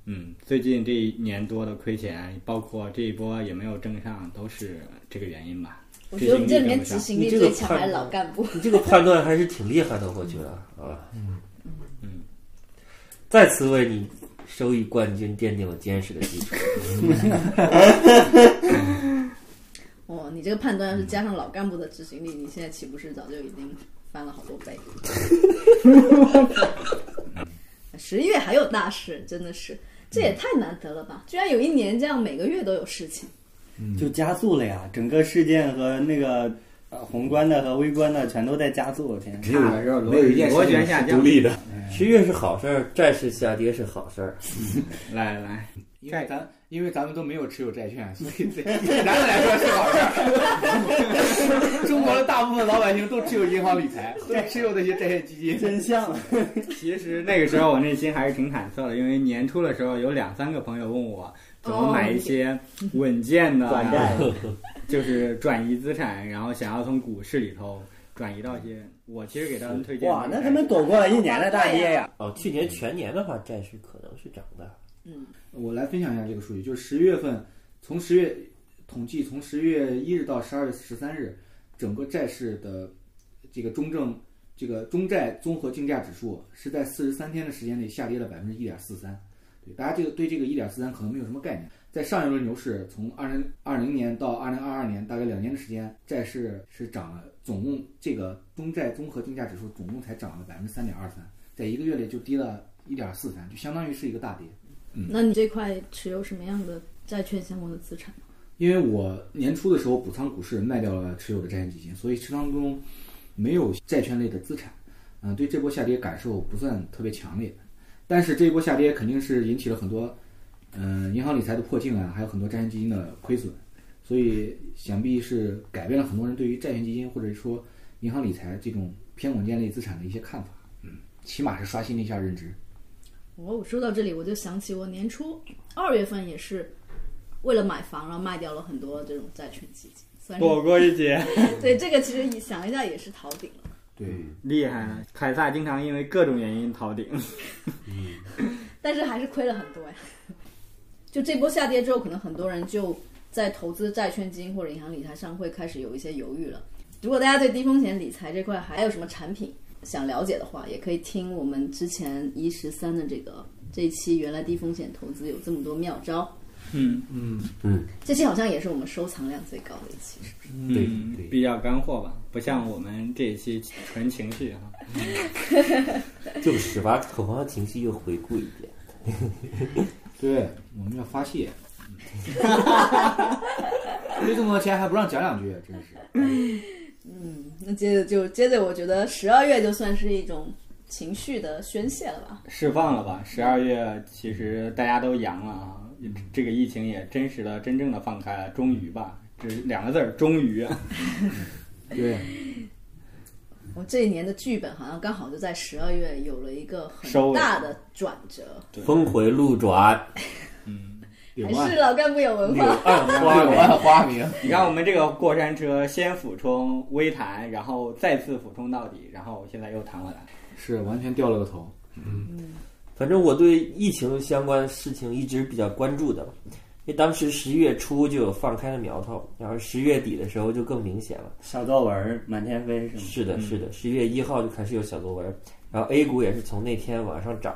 嗯最近这一年多的亏钱，包括这一波也没有挣上，都是这个原因吧。我觉得我们这里执行力跟不上面执行力你这个最强还是老干部。你这个判断还是挺厉害的，我觉得啊，嗯，再次为你收益冠军奠定了坚实的基础。 哦，你这个判断要是加上老干部的执行力，你现在岂不是早就已经翻了好多 倍？十一月还有大事，真的是，这也太难得了吧！居然有一年这样每个月都有事情，就加速了呀，整个事件和那个。呃宏观的和微观的全都在加速，我天！没有差的时候没有一件事螺情旋下是降独立的。十月是好事儿，债市下跌是好事儿。来来，因债为咱因为咱们都没有持有债券，所以对咱们来说是好事儿。 中国的大部分老百姓都持有银行理财，都持有那些债券基金。真相，其实那个时候我内心还是挺忐忑的，因为年初的时候有两三个朋友问我怎么买一些稳健 的、短债就是转移资产，然后想要从股市里头转移到一些，我其实给他们推荐哇，那他们躲过了一年的大跌呀！ 哦，去年全年的话，债市可能是涨的。嗯，我来分享一下这个数据，就是十一月份从十月统计，从十月一日到十二月十三日，整个债市的这个中证这个中债综合竞价指数是在四十三天的时间内下跌了百分之一点四三。对，大家这个对这个一点四三可能没有什么概念。在上一轮牛市，从二零二零年到二零二二年，大概两年的时间，债市是涨了，总共这个中债综合竞价指数总共才涨了百分之三点二三，在一个月内就跌了一点四三，就相当于是一个大跌。那你这块持有什么样的债券相关的资产？因为我年初的时候补仓股市，卖掉了持有的债券基金，所以持仓中没有债券类的资产，嗯、对这波下跌感受不算特别强烈。但是这一波下跌肯定是引起了很多，嗯、银行理财的破净啊，还有很多债券基金的亏损，所以想必是改变了很多人对于债券基金或者说银行理财这种偏稳健类资产的一些看法。嗯，起码是刷新了一下认知。哦，说到这里，我就想起我年初二月份也是为了买房，然后卖掉了很多这种债券基金，算是躲过一劫。 对这个其实想一下也是逃顶了。对，厉害了！凯撒经常因为各种原因逃顶。但是还是亏了很多呀。 就这波下跌之后，可能很多人就在投资债券基金或者银行理财上会开始有一些犹豫了。如果大家对低风险理财这块还有什么产品想了解的话，也可以听我们之前一十三的这个这一期，原来低风险投资有这么多妙招。嗯这期好像也是我们收藏量最高的一期，是不是对嗯对比较干货吧，不像我们这一期纯情绪啊哈。就是把恐慌情绪又回顾一遍。对，我们要发泄。 亏这么多钱还不让讲两句，啊真是。那接着就接着，我觉得十二月就算是一种情绪的宣泄了吧。释放了吧。十二月其实大家都阳了啊，这个疫情也真实的、真正的放开了，终于吧，这两个字儿终于。对，我这一年的剧本好像刚好就在十二月有了一个收很尾大的转折，峰回路转，柳还暗是老干部有文柳化。暗花柳明。暗花明。你看我们这个过山车，先俯冲微弹，然后再次俯冲到底，然后现在又弹回来。是完全掉了个头。反正我对疫情相关事情一直比较关注的，因为当时十一月初就有放开的苗头，然后十月底的时候就更明显了。小作文满天飞是吗？嗯是的，是的，十一月一号就开始有小作文，然后 A 股也是从那天往上涨，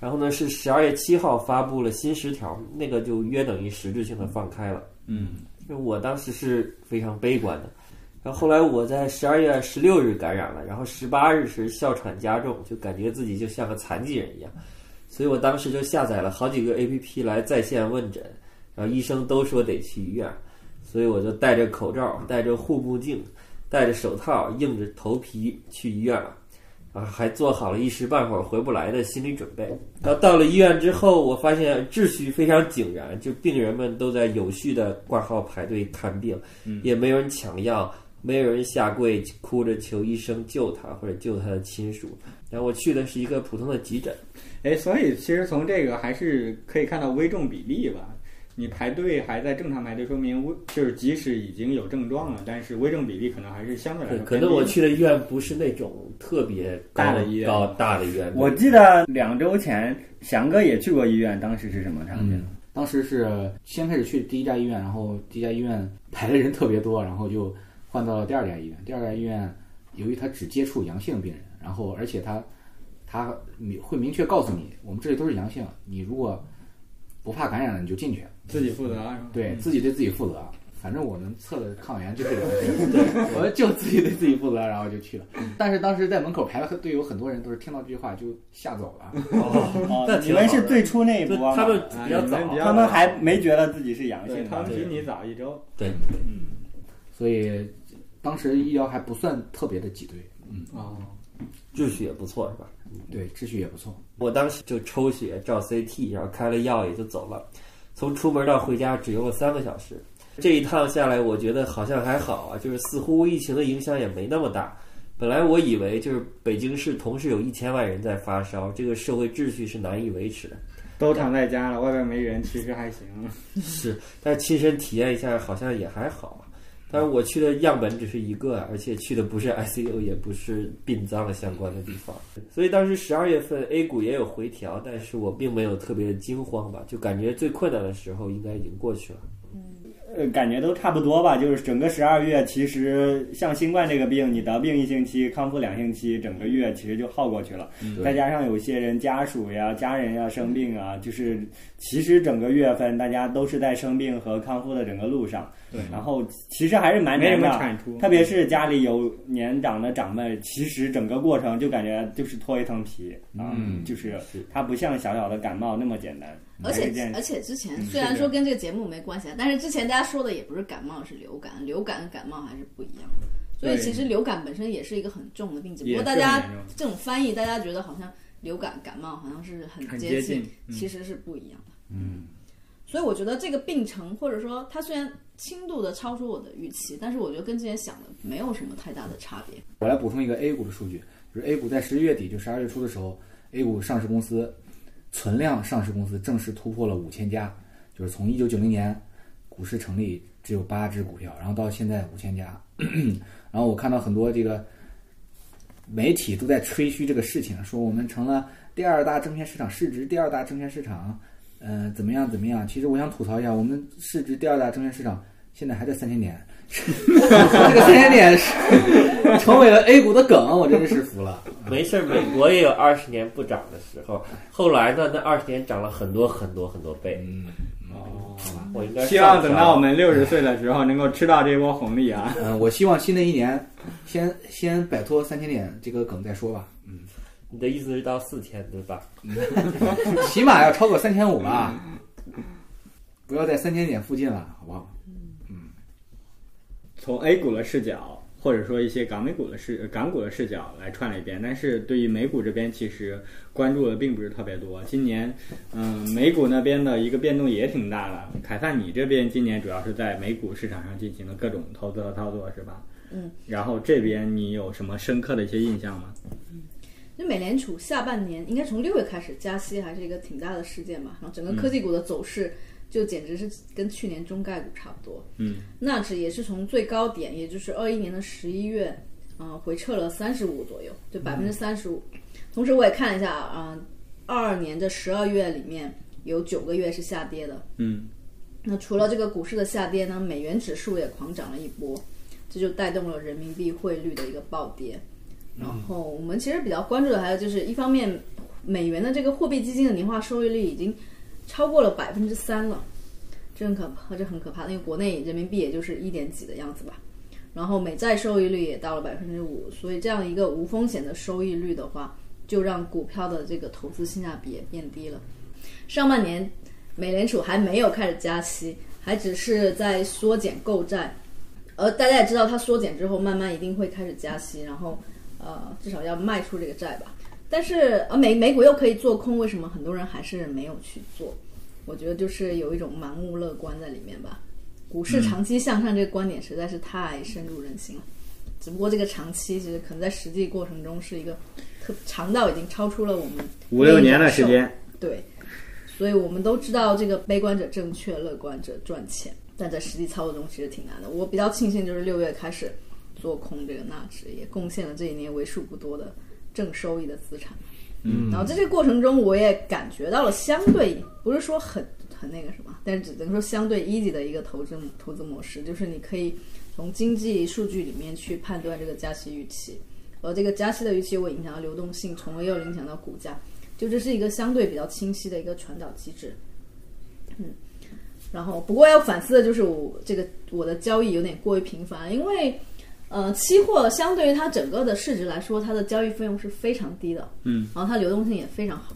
然后呢是十二月七号发布了新十条，那个就约等于实质性的放开了。嗯，因为我当时是非常悲观的，然后后来我在十二月十六日感染了，然后十八日是哮喘加重，就感觉自己就像个残疾人一样，所以我当时就下载了好几个 A P P 来在线问诊，然后医生都说得去医院，所以我就戴着口罩、戴着护目镜、戴着手套，硬着头皮去医院了。啊，还做好了一时半会儿回不来的心理准备。然后到了医院之后，我发现秩序非常井然，就病人们都在有序的挂号排队看病，也没有人抢药，没有人下跪哭着求医生救他或者救他的亲属。然后我去的是一个普通的急诊，哎，所以其实从这个还是可以看到危重比例吧。你排队还在正常排队，说明危就是即使已经有症状了，但是危重比例可能还是相对来对说可偏能低我的去的医院不是那种特别高大的医院高大的医院，我记得两周前翔哥也去过医院，当时是什么场景？当时是先开始去第一家医院，然后第一家医院排的人特别多，然后就换到了第二家医院。第二家医院由于他只接触阳性病人，然后而且他他明会明确告诉你，我们这里都是阳性，你如果不怕感染了你就进去，自己负责啊是吧？对自己对自己负责。反正我们测的抗原就是阳性，我就自己对自己负责，然后就去了。但是当时在门口排了队，有很多人都是听到这句话就吓走了。哦啊那，你挺好的们是最初那一就波吗他们比较啊你早们，比较他们还没觉得自己是阳对，性他的们，比你早一周。对，所以当时医疗还不算特别的挤兑，哦，秩序也不错是吧？对，秩序也不错。我当时就抽血、照 CT，然后开了药也就走了。从出门到回家只用了三个小时。这一趟下来，我觉得好像还好啊，就是似乎疫情的影响也没那么大。本来我以为就是北京市同时有一千万人在发烧，这个社会秩序是难以维持的。都躺在家了，外边没人，其实还行。是，但是亲身体验一下好像也还好啊。当然，我去的样本只是一个啊，而且去的不是 ICO，也不是殡葬的相关的地方，所以当时十二月份 A 股也有回调，但是我并没有特别的惊慌吧，就感觉最困难的时候应该已经过去了。呃，感觉都差不多吧。就是整个十二月，其实像新冠这个病，你得病一星期，康复两星期，整个月其实就耗过去了。嗯再加上有些人家属呀、家人呀生病啊，就是其实整个月份大家都是在生病和康复的整个路上。对然后其实还是蛮没什难么的，产出，特别是家里有年长的长辈，其实整个过程就感觉就是脱一层皮啊，嗯就是是它不像小小的感冒那么简单。而还是这且样而且之前嗯虽是然这说跟这个节目没关系啊，但是之前大家说的也不是感冒是流感，流感跟感冒还是不一样的。所以对其实流感本身也是一个很重的病，只不也过是大很家严重这种翻译，大家觉得好像流感、感冒好像是很很接接近，嗯其实是不一样的。嗯，所以我觉得这个病程或者说它虽然轻度的超出我的预期，但是我觉得跟之前想的没有什么太大的差别。我来补充一个 A 股的数据，就是 A 股在十一月底就十二月初的时候，A 股上市公司存量上市公司正式突破了五千家，就是从一九九零年股市成立只有八只股票，然后到现在五千家，然后我看到很多这个媒体都在吹嘘这个事情，说我们成了第二大证券市场市值第二大证券市场，嗯、怎么样怎么样？其实我想吐槽一下，我们市值第二大证券市场现在还在三千点。 这个三千点是 成为了 A 股的梗，我真是服了。 嗯没事儿，美国也有二十年不涨的时候，后来呢，那二十年涨了很多很多很多倍。嗯，嗯我应该哦希望上等涨到我们六十岁的时候能够吃到这波红利啊！嗯，我希望新的一年先先摆脱三千点这个梗再说吧，你的意思是到四千对吧？起码要超过三千五吧，不要在三千点附近了，好不好？从 A 股的视角，或者说一些港美股的视港股的视角来串了一遍，但是对于美股这边其实关注的并不是特别多。今年，嗯，美股那边的一个变动也挺大的。凯撒，你这边今年主要是在美股市场上进行了各种投资和操作，是吧？嗯。然后这边你有什么深刻的一些印象吗？就美联储下半年应该从六月开始加息，还是一个挺大的事件吧。然后整个科技股的走势就简直是跟去年中概股差不多。嗯，纳指也是从最高点，也就是二一年的十一月，呃，回撤了三十五左右，就百分之三十五。同时我也看了一下，啊、呃，二二年这十二月里面有九个月是下跌的。嗯，那除了这个股市的下跌呢，美元指数也狂涨了一波，这就带动了人民币汇率的一个暴跌。然后我们其实比较关注的还有就是，一方面美元的这个货币基金的年化收益率已经超过了百分之三了，这很可怕，这很可怕，因为国内人民币也就是一点几的样子吧。然后美债收益率也到了百分之五，所以这样一个无风险的收益率的话，就让股票的这个投资性价比也变低了。上半年美联储还没有开始加息，还只是在缩减购债。而大家也知道，它缩减之后，慢慢一定会开始加息，然后呃，至少要卖出这个债吧。但是呃，美美股又可以做空，为什么很多人还是没有去做？我觉得就是有一种盲目乐观在里面吧。股嗯市长期向上这个观点实在是太深入人心了，只不过这个长期其实可能在实际过程中是一个特长到已经超出了我们五六年的内时容间，对，所以我们都知道这个悲观者正确，乐观者赚钱，但在实际操作中其实挺难的。我比较庆幸就是六月开始做空这个纳指，也贡献了这一年为数不多的正收益的资产。嗯，然后在这个过程中，我也感觉到了相对不是说很很那个什么，但是只能说相对 easy 的一个投资投资模式，就是你可以从经济数据里面去判断这个加息预期，而这个加息的预期会影响到流动性，从而又影响到股价。就这是一个相对比较清晰的一个传导机制。嗯，然后不过要反思的就是我这个我的交易有点过于频繁，因为呃，期货相对于它整个的市值来说，它的交易费用是非常低的，嗯，然后它流动性也非常好，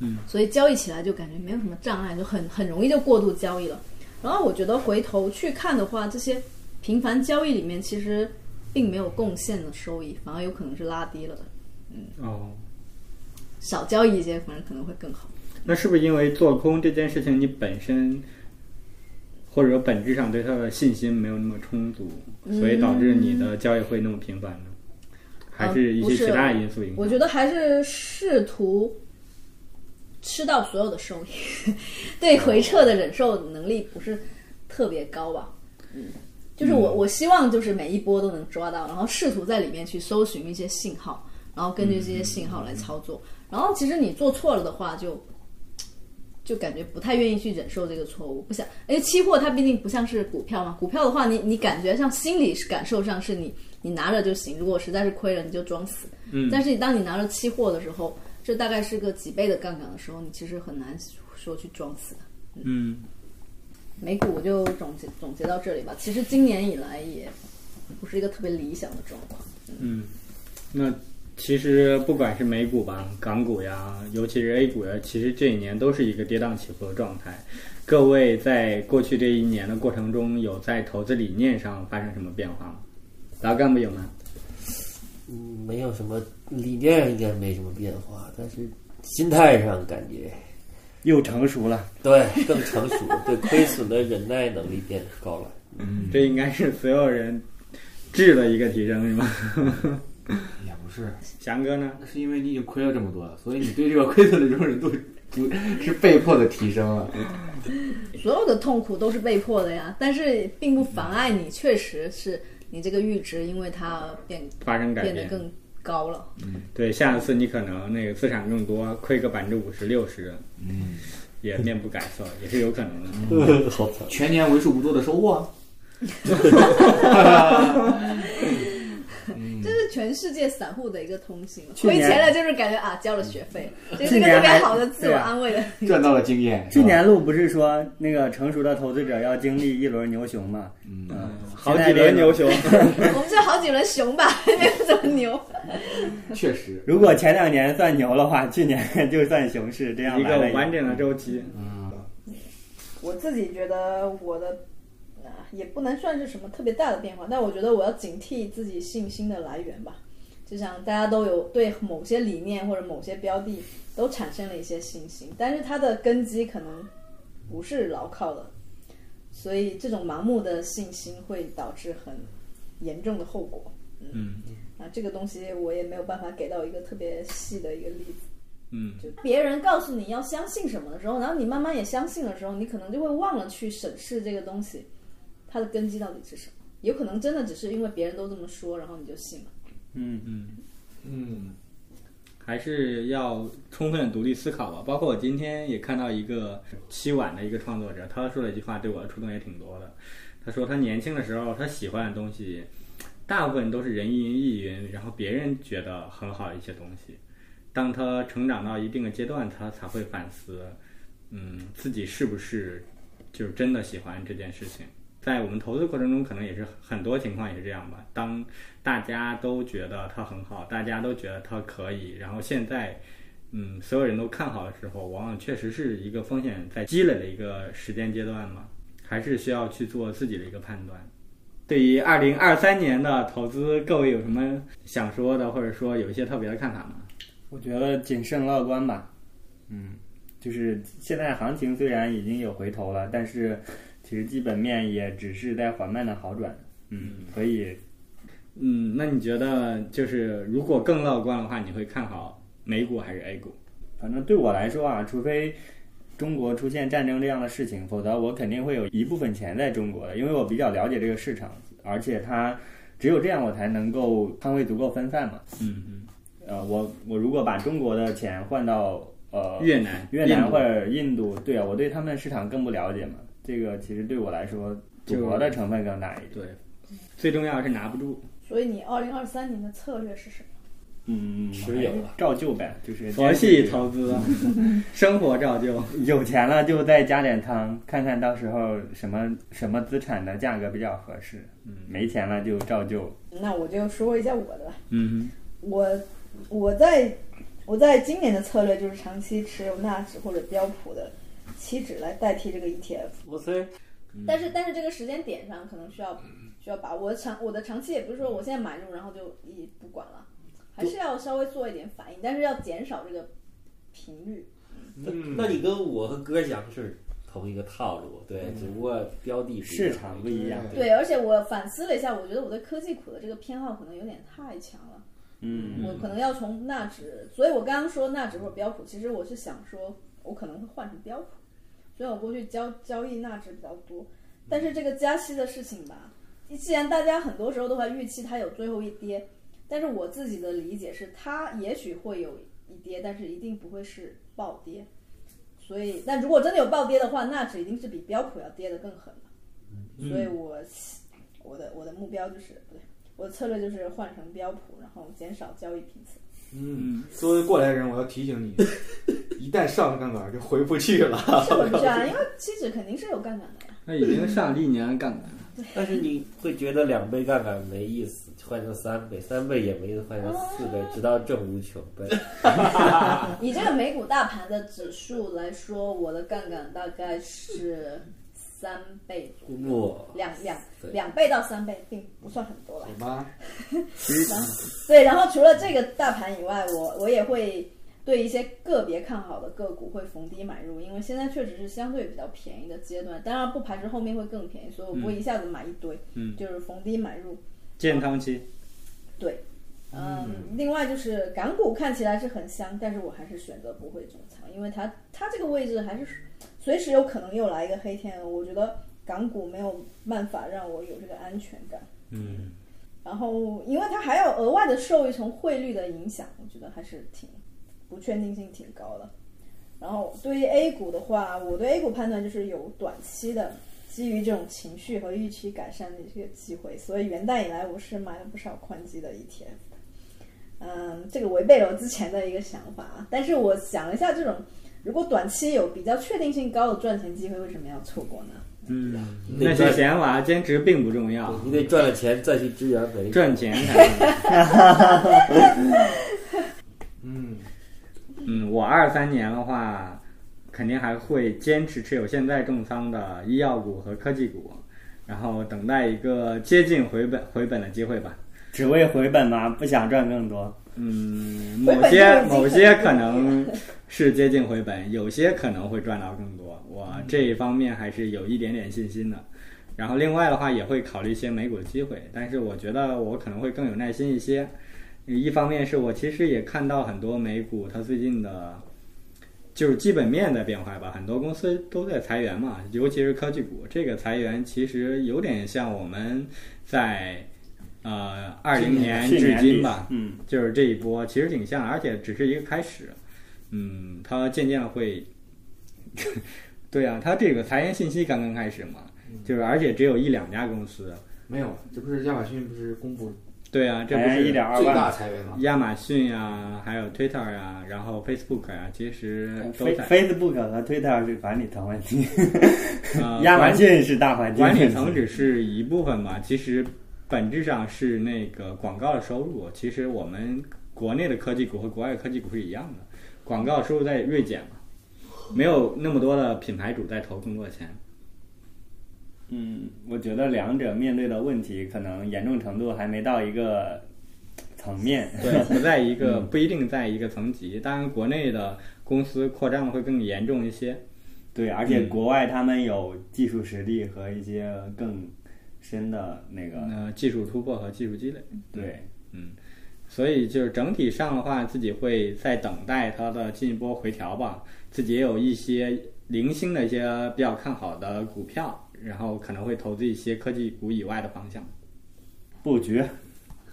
嗯，所以交易起来就感觉没有什么障碍，就很很容易就过度交易了。然后我觉得回头去看的话，这些频繁交易里面其实并没有贡献的收益，反而有可能是拉低了的。哦，少交易一些，反正可能会更好。那是不是因为做空这件事情，你本身或者说本质上对它的信心没有那么充足，所以导致你的交易会那么频繁呢？还是一些其他的因素影响？呃嗯我觉得还是试图吃到所有的收益，哦对回撤的忍受能力不是特别高吧。嗯就是嗯我我希望就是每一波都能抓到，然后试图在里面去搜寻一些信号，然后根据这些信号来操作。然后其实你做错了的话就，就感觉不太愿意去忍受这个错误，不想。因为期货它毕竟不像是股票嘛，股票的话你你感觉上心理感受上是你你拿着就行，如果实在是亏了你就装死。嗯。但是你当你拿着期货的时候，这大概是个几倍的杠杆的时候，你其实很难说去装死的。嗯，美股我就总结总结到这里吧。其实今年以来也不是一个特别理想的状况。那其实不管是美股吧、港股呀，尤其是 A 股呀，其实这一年都是一个跌宕起伏的状态。各位在过去这一年的过程中，有在投资理念上发生什么变化吗？老干部有吗？嗯，没有什么理念上应该没什么变化，但是心态上感觉又成熟了。对更成熟，对亏损的忍耐能力变高了。这应该是所有人质的一个提升，是吗？ 也不是，翔哥呢？那是因为你已经亏了这么多了，所以你对这个亏损的容忍度不是被迫的提升了。所有的痛苦都是被迫的呀，但是并不妨碍你，确实是你这个阈值，因为它变发生改变变，得更高了。对，下次你可能那个资产更多，亏个百分之五十六十，嗯，也面不改色，也是有可能的。 好惨，全年为数不多的收获，这是全世界散户的一个通性，嗯去亏年嗯钱了就是感觉啊交了学费，这是去一个年特别还好的自我对啊安慰的。赚到了经验。是去吧年路不是说那个成熟的投资者要经历一轮牛熊嘛？嗯， 好几轮牛。熊，我们就好几轮熊吧， 还没有怎么牛。确实，如果前两年算牛的话，去年 就算熊市，这样一来个了完整的周期。嗯，我自己觉得我的啊也不能算是什么特别大的变化，但我觉得我要警惕自己信心的来源吧。就像大家都有对某些理念或者某些标的都产生了一些信心，但是它的根基可能不是牢靠的，所以这种盲目的信心会导致很严重的后果。嗯啊，这个东西我也没有办法给到一个特别细的一个例子。嗯，就别人告诉你要相信什么的时候，然后你慢慢也相信的时候，你可能就会忘了去审视这个东西，它的根基到底是什么。有可能真的只是因为别人都这么说，然后你就信了。嗯，嗯，还是要充分独立思考吧。包括我今天也看到一个七晚的一个创作者，他说了一句话，对我的触动也挺多的。他说他年轻的时候，他喜欢的东西，大部分都是人云亦云，然后别人觉得很好的一些东西。当他成长到一定的阶段，他才会反思，嗯，自己是不是就是真的喜欢这件事情。在我们投资过程中，可能也是很多情况也是这样吧。当大家都觉得它很好，大家都觉得它可以，然后现在，嗯，所有人都看好的时候，往往确实是一个风险在积累的一个时间阶段嘛，还是需要去做自己的一个判断。对于二零二三年的投资，各位有什么想说的，或者说有一些特别的看法吗？我觉得谨慎乐观吧。嗯，就是现在行情虽然已经有回头了，但是其实基本面也只是在缓慢的好转。嗯，所以嗯，那你觉得就是如果更乐观的话，你会看好美股还是 A 股？反正对我来说啊，除非中国出现战争这样的事情，否则我肯定会有一部分钱在中国的，因为我比较了解这个市场，而且它只有这样我才能够仓位足够分散嘛。嗯嗯，呃，我我如果把中国的钱换到呃越南、越南印度或者印度，对啊，我对他们市场更不了解嘛，这个其实对我来说就赌博的成分更大一点。对，最重要是拿不住。所以你二零二三年的策略是什么？嗯，持有了照旧呗，就是 佛系系投资，生活照旧。有钱了就再加点仓，看看到时候什么什么资产的价格比较合适。嗯，没钱了就照旧。那我就说一下我的吧。嗯我我在我在今年的策略就是长期持有纳指或者标普的期指来代替这个 E ETF。哇塞，但是但是这个时间点上可能需要需要把我长我的长期也不是说我现在买入然后就一不管了，还是要稍微做一点反应，但是要减少这个频率。那嗯嗯那你跟我和哥讲是同一个套路，对，只不过标的不一样嗯市场不一样对对，而且我反思了一下，我觉得我对科技股的这个偏好可能有点太强了，嗯，我可能要从纳指，所以我刚刚说纳指或者标普，其实我是想说我可能会换成标普，所以我过去交交易纳指比较多，但是这个加息的事情吧，既然大家很多时候都还预期它有最后一跌，但是我自己的理解是，它也许会有一跌，但是一定不会是暴跌。所以，但如果真的有暴跌的话，纳指一定是比标普要跌得更狠了。所以我我的我的目标就是不对，我的策略就是换成标普，然后减少交易频次。嗯，作为过来人，我要提醒你，一旦上杠杆就回不去了。是回不去啊，因为期指肯定是有杠杆的呀。那已经上历年杠杆了。但是你会觉得两倍杠杆没意思，换成三倍，三倍也没意思，换成四倍，啊直到正无穷倍。以这个美股大盘的指数来说，我的杠杆大概是三倍左右，哇，两两对两倍到三倍，并不算很多了好。吧，对，然后除了这个大盘以外，我我也会对一些个别看好的个股会逢低买入，因为现在确实是相对比较便宜的阶段，当然不排除后面会更便宜，所以我不会一下子买一堆，嗯就是逢低买入。健康期，嗯，另外就是港股看起来是很香，但是我还是选择不会重仓，因为它它这个位置还是随时有可能又来一个黑天鹅，我觉得港股没有办法让我有这个安全感。嗯，然后因为它还要额外的受一层汇率的影响，我觉得还是挺不确定性挺高的。然后对于 A 股的话，我对 A 股判断就是有短期的基于这种情绪和预期改善的这个机会，所以元旦以来我是买了不少宽基的 E ETF 的。嗯，这个违背了我之前的一个想法啊，但是我想了一下，这种如果短期有比较确定性高的赚钱机会，为什么要错过 呢？嗯，你那得些赚，闲娃坚持并不重要对，你得赚了钱再去支援美股。赚钱才重要。 嗯，嗯，我二三年的话，肯定还会坚持持有现在重仓的医药股和科技股，然后等待一个接近回本回本的机会吧。只为回本吗？不想赚更多。嗯，回某本就些已经某很些不可容易能是接近回本，有些可能会赚到更多。我这一方面还是有一点点信心的。然后另外的话，也会考虑一些美股的机会，但是我觉得我可能会更有耐心一些。一方面是我其实也看到很多美股它最近的，就是基本面的变化吧，很多公司都在裁员嘛，尤其是科技股。这个裁员其实有点像我们在呃二零年去至年今底吧，，嗯，就是这一波其实挺像，而且只是一个开始。嗯，它渐渐会， 对啊，它这个裁员信息刚刚开始嘛，嗯就是而且只有一两家公司。没有，这不是亚马逊不是公布对啊，这裁不员一是点二最大万，裁员吗？亚马逊啊，还有 Twitter 啊，然后 Facebook 啊，其实都非在呃 Facebook 和 Twitter 是管理层问题，呃亚马管逊是大环境管问题理层只是一部分嘛，其实本质上是那个广告的收入。其实我们国内的科技股和国外的科技股是一样的，广告收入在锐减嘛，没有那么多的品牌主在投更多的钱。嗯，我觉得两者面对的问题可能严重程度还没到一个层面。对，不在一个不一定在一个层级。当然，国内的公司扩张会更严重一些。对，而且嗯国外他们有技术实力和一些更深的那个，呃，技术突破和技术积累。对，所以就是整体上的话，自己会在等待它的进一波回调吧。自己也有一些零星的一些比较看好的股票，然后可能会投资一些科技股以外的方向。布局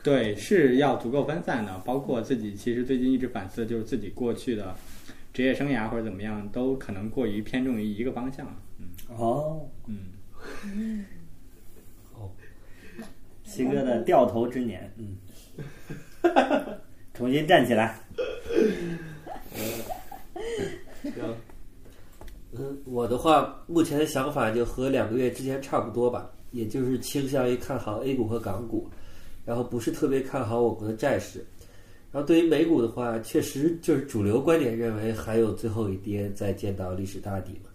对，是要足够分散的。包括自己其实最近一直反思，就是自己过去的职业生涯或者怎么样，都可能过于偏重于一个方向。哦，嗯，西哥的掉头之年，嗯，重新站起来，嗯，我的话，目前的想法就和两个月之前差不多吧，也就是倾向于看好 A 股和港股，然后不是特别看好我国的债市。然后对于美股的话，确实就是主流观点认为还有最后一跌再见到历史大底嘛，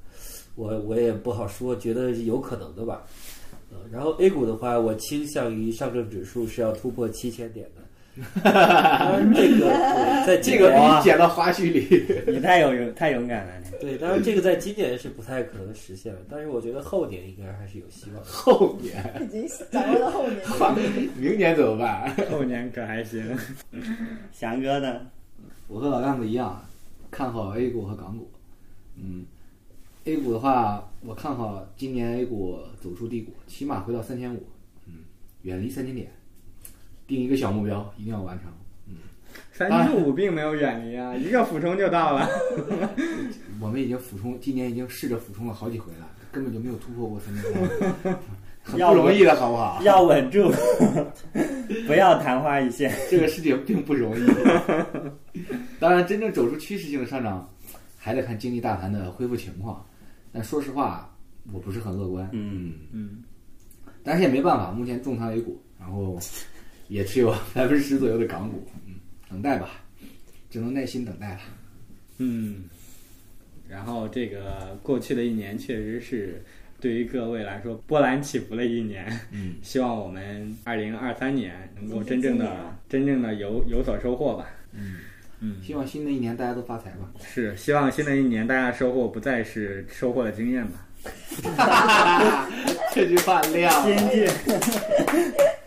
我我也不好说，觉得是有可能的吧。呃，然后 A 股的话，我倾向于上证指数是要突破七千点的。 当然这个这在今个年给你剪到花絮 里。你太有勇太勇敢了，你 对，当然这个在今年是不太可能实现了，但是我觉得后年应该还是有希望。后年，已经掌握到后面了。明年怎么办？后年可还行。翔哥呢？ 我和老样子一样，看好 A 股和港股。嗯，A 股的话，我看好今年 A 股走出低谷，起码回到三千五。嗯，远离三千点，定一个小目标，一定要完成。三十五并没有远离啊，一个俯冲就到了。我们已经俯冲，今年已经试着俯冲了好几回了，根本就没有突破过三千点， 很不容易的，好不好？要稳住， 不要昙花一现。这个世界并不容易。当然，真正走出趋势性的上涨，还得看经济大盘的恢复情况。但说实话，我不是很乐观。嗯嗯，但是也没办法，目前重仓 A 股，然后也持有 百分之十左右的港股。嗯，等待吧，只能耐心等待了。嗯，然后这个过去的一年确实是对于各位来说波澜起伏的一年。嗯，希望我们二零二三年能够真正的、真正的有有所收获吧。嗯希望新的一年大家都发财吧。是希望新的一年大家收获不再是收获的经验吧。这句话亮了，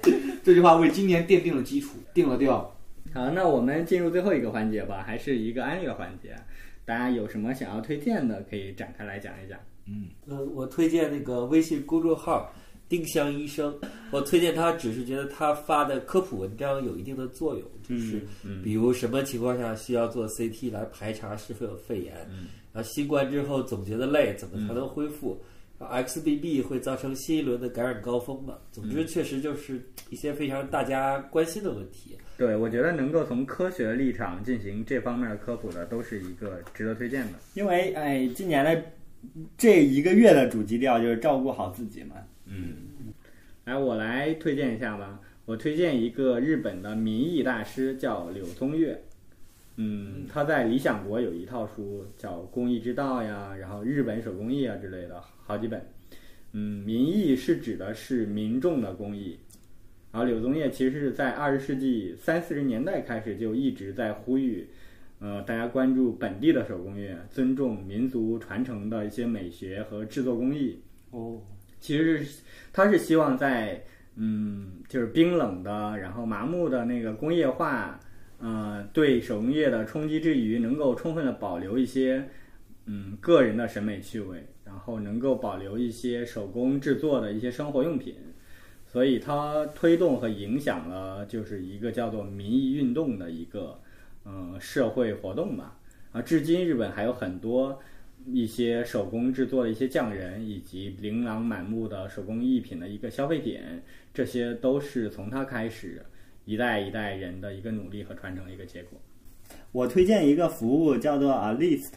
进。 这句话为今年奠定了基础，定了调。好，那我们进入最后一个环节吧，还是一个安利的环节。大家有什么想要推荐的，可以展开来讲一讲。嗯，呃，我推荐那个微信公众号“丁香医生”，我推荐他只是觉得他发的科普文章有一定的作用，就是嗯比如什么情况下需要做 CT 来排查是否有肺炎，嗯然后新冠之后总觉得累，怎么才能恢复？然后 XBB 会造成新一轮的感染高峰嘛？总之，确实就是一些非常大家关心的问题。对，我觉得能够从科学立场进行这方面的科普的，都是一个值得推荐的。因为哎，今年的这一个月的主基调就是照顾好自己嘛。来，我来推荐一下吧。我推荐一个日本的民意大师，叫柳宗悦。嗯，他在理想国有一套书叫《工艺之道》呀，然后日本手工艺啊之类的，好几本。嗯，民艺是指的是民众的工艺，然后柳宗悦其实是在二十世纪三四十年代开始就一直在呼吁，呃，大家关注本地的手工业，尊重民族传承的一些美学和制作工艺。哦，其实是他是希望在嗯，就是冰冷的，然后麻木的那个工业化，呃，对手工业的冲击之余，能够充分的保留一些嗯个人的审美趣味，然后能够保留一些手工制作的一些生活用品。所以它推动和影响了就是一个叫做民意运动的一个嗯社会活动吧。啊，至今日本还有很多一些手工制作的一些匠人，以及琳琅满目的手工艺品的一个消费点，这些都是从它开始，一代一代人的一个努力和传承的一个结果。我推荐一个服务叫做 A List，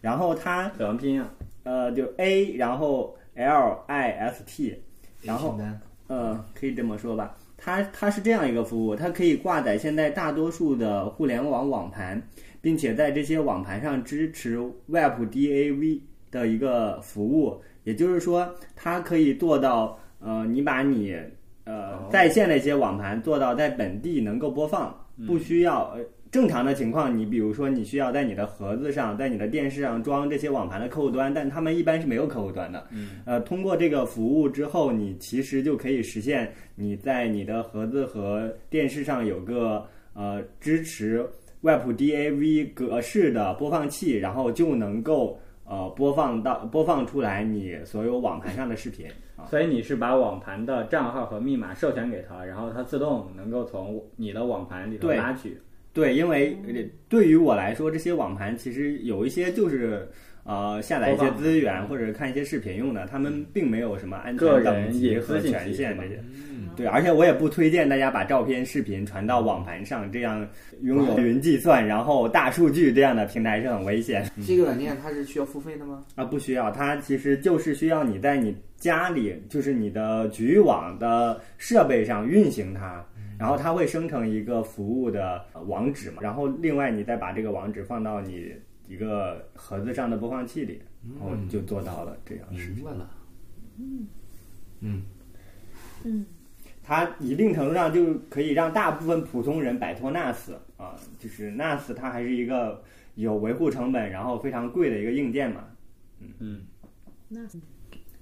然后它怎么拼啊？呃就 A，然后 L I S T，然后清单呃，可以这么说吧。它它是这样一个服务，它可以挂载现在大多数的互联网网盘，并且在这些网盘上支持 Web DAV 的一个服务，也就是说，它可以做到呃，你把你呃哦在线的一些网盘做到在本地能够播放，不需要呃正常的情况，你比如说你需要在你的盒子上、在你的电视上装这些网盘的客户端，但他们一般是没有客户端的。嗯，呃，通过这个服务之后，你其实就可以实现你在你的盒子和电视上有个呃支持 Web DAV 格式的播放器，然后就能够呃播放到播放出来你所有网盘上的视频啊。所以你是把网盘的账号和密码授权给他，然后它自动能够从你的网盘里头对拉取。对，因为嗯呃对于我来说，这些网盘其实有一些就是呃下载一播些放嗯资源或者看一些视频用的，他们并没有什么安个全人等级隐和私信权息限是吧这些。嗯对，而且我也不推荐大家把照片、视频传到网盘上，这样拥有云计算、然后大数据这样的平台是很危险这个软件它是需要付费的吗？啊！不需要，它其实就是需要你在你家里，就是你的局域网的设备上运行它，然后它会生成一个服务的呃网址嘛，然后另外你再把这个网址放到你一个盒子上的播放器里，然后就做到了这样的事情。明白了。它一定程度上就可以让大部分普通人摆脱 NAS 啊，就是 NAS 它还是一个有维护成本，然后非常贵的一个硬件嘛。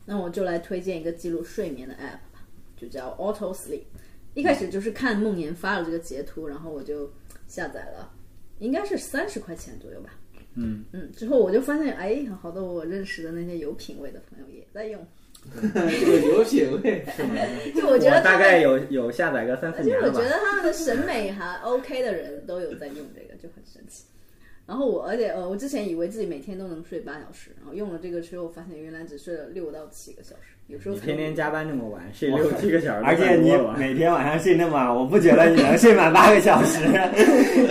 那我就来推荐一个记录睡眠的 app 吧，就叫 Auto Sleep。一开始就是看梦妍发了这个截图，然后我就下载了，应该是三十块钱左右吧。 嗯嗯，之后我就发现，哎，好多我认识的那些有品位的朋友也在用，有有品位，就我觉得大他概们，有有下载个三四而且年我了觉吧。得他们的审美还 OK 的人都有在用这个，就很神奇。然后我，而且呃，我之前以为自己每天都能睡八小时，然后用了这个之后，发现原来只睡了六到七个小时，有时候你才天天加班这么晚，睡六我七个小时，而且你 每天晚上睡那么晚，我不觉得你能睡满八个 小时，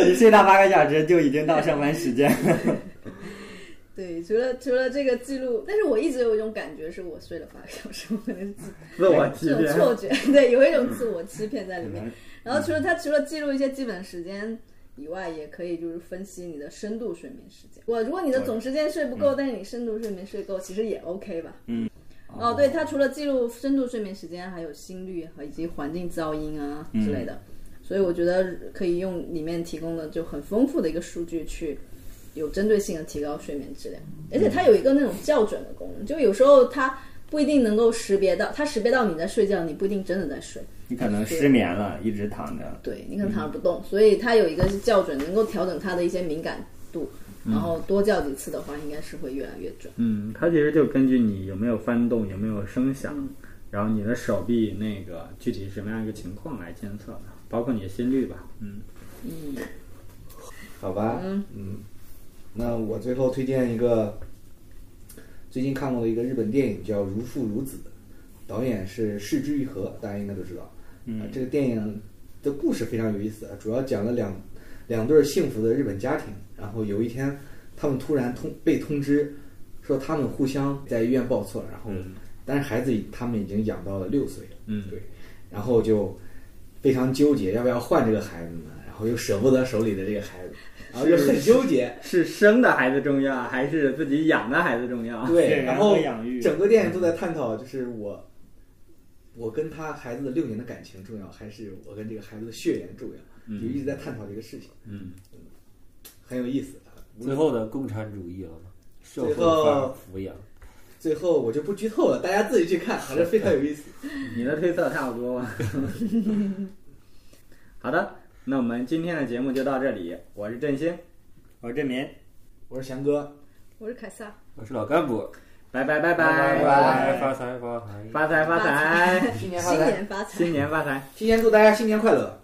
你睡到八个小时就已经到上班时间。对，除了除了这个记录，但是我一直有一种感觉，是我睡了八个小时，我可能是自自我欺这种骗，嗯错觉， 对，有一种自我欺骗在里面。然后除了它除了记录一些基本时间以外，也可以就是分析你的深度睡眠时间。我如果你的总时间睡嗯不够，但是你深度睡眠睡够，其实也 OK 吧。嗯。哦，对，它除了记录深度睡眠时间，还有心率和以及环境噪音啊之类的，嗯所以我觉得可以用里面提供的就很丰富的一个数据去有针对性的提高睡眠质量，而嗯且它有一个那种校准的功能，就有时候它不一定能够识别到，它识别到你在睡觉，你不一定真的在睡，你可能失眠了，一直躺着。对你可能躺着不动，所以它有一个是校准，能够调整它的一些敏感度，然后多叫几次的话，应该是会越来越准。嗯，它其实就根据你有没有翻动，有没有声响，嗯然后你的手臂那个具体什么样一个情况来监测的，包括你的心率吧。嗯，嗯，好吧？嗯那我最后推荐一个最近看过的一个日本电影，叫《如父如子》，导演是市之愈合，大家应该都知道。嗯、这个电影的故事非常有意思，啊主要讲了两两对儿幸福的日本家庭，然后有一天他们突然通被通知说他们互相在医院报错，然后、但是孩子已他们已经养到了六岁，嗯对，然后就非常纠结要不要换这个孩子呢，然后又舍不得手里的这个孩子，然后又很纠结，是生的孩子重要还是自己养的孩子重要？对，啊血缘然和后养育整个电影都在探讨，就是我，我跟他孩子的六年的感情重要，还是我跟这个孩子的血缘重要，嗯就一直在探讨这个事情，嗯，很有意思。啊无最后呢，共产主义了嘛，社会最后化抚养，最后我就不剧透了，大家自己去看，反正非 常有意思。你的推测差不多吧。 好的，那我们今天的节目就到这里，我是振兴，我说这眠，我是翔哥，我是凯撒，我是老干部，拜拜拜拜拜，发财发财。发财发财，新年新，年发财。新年发财。提前祝大家新年快乐。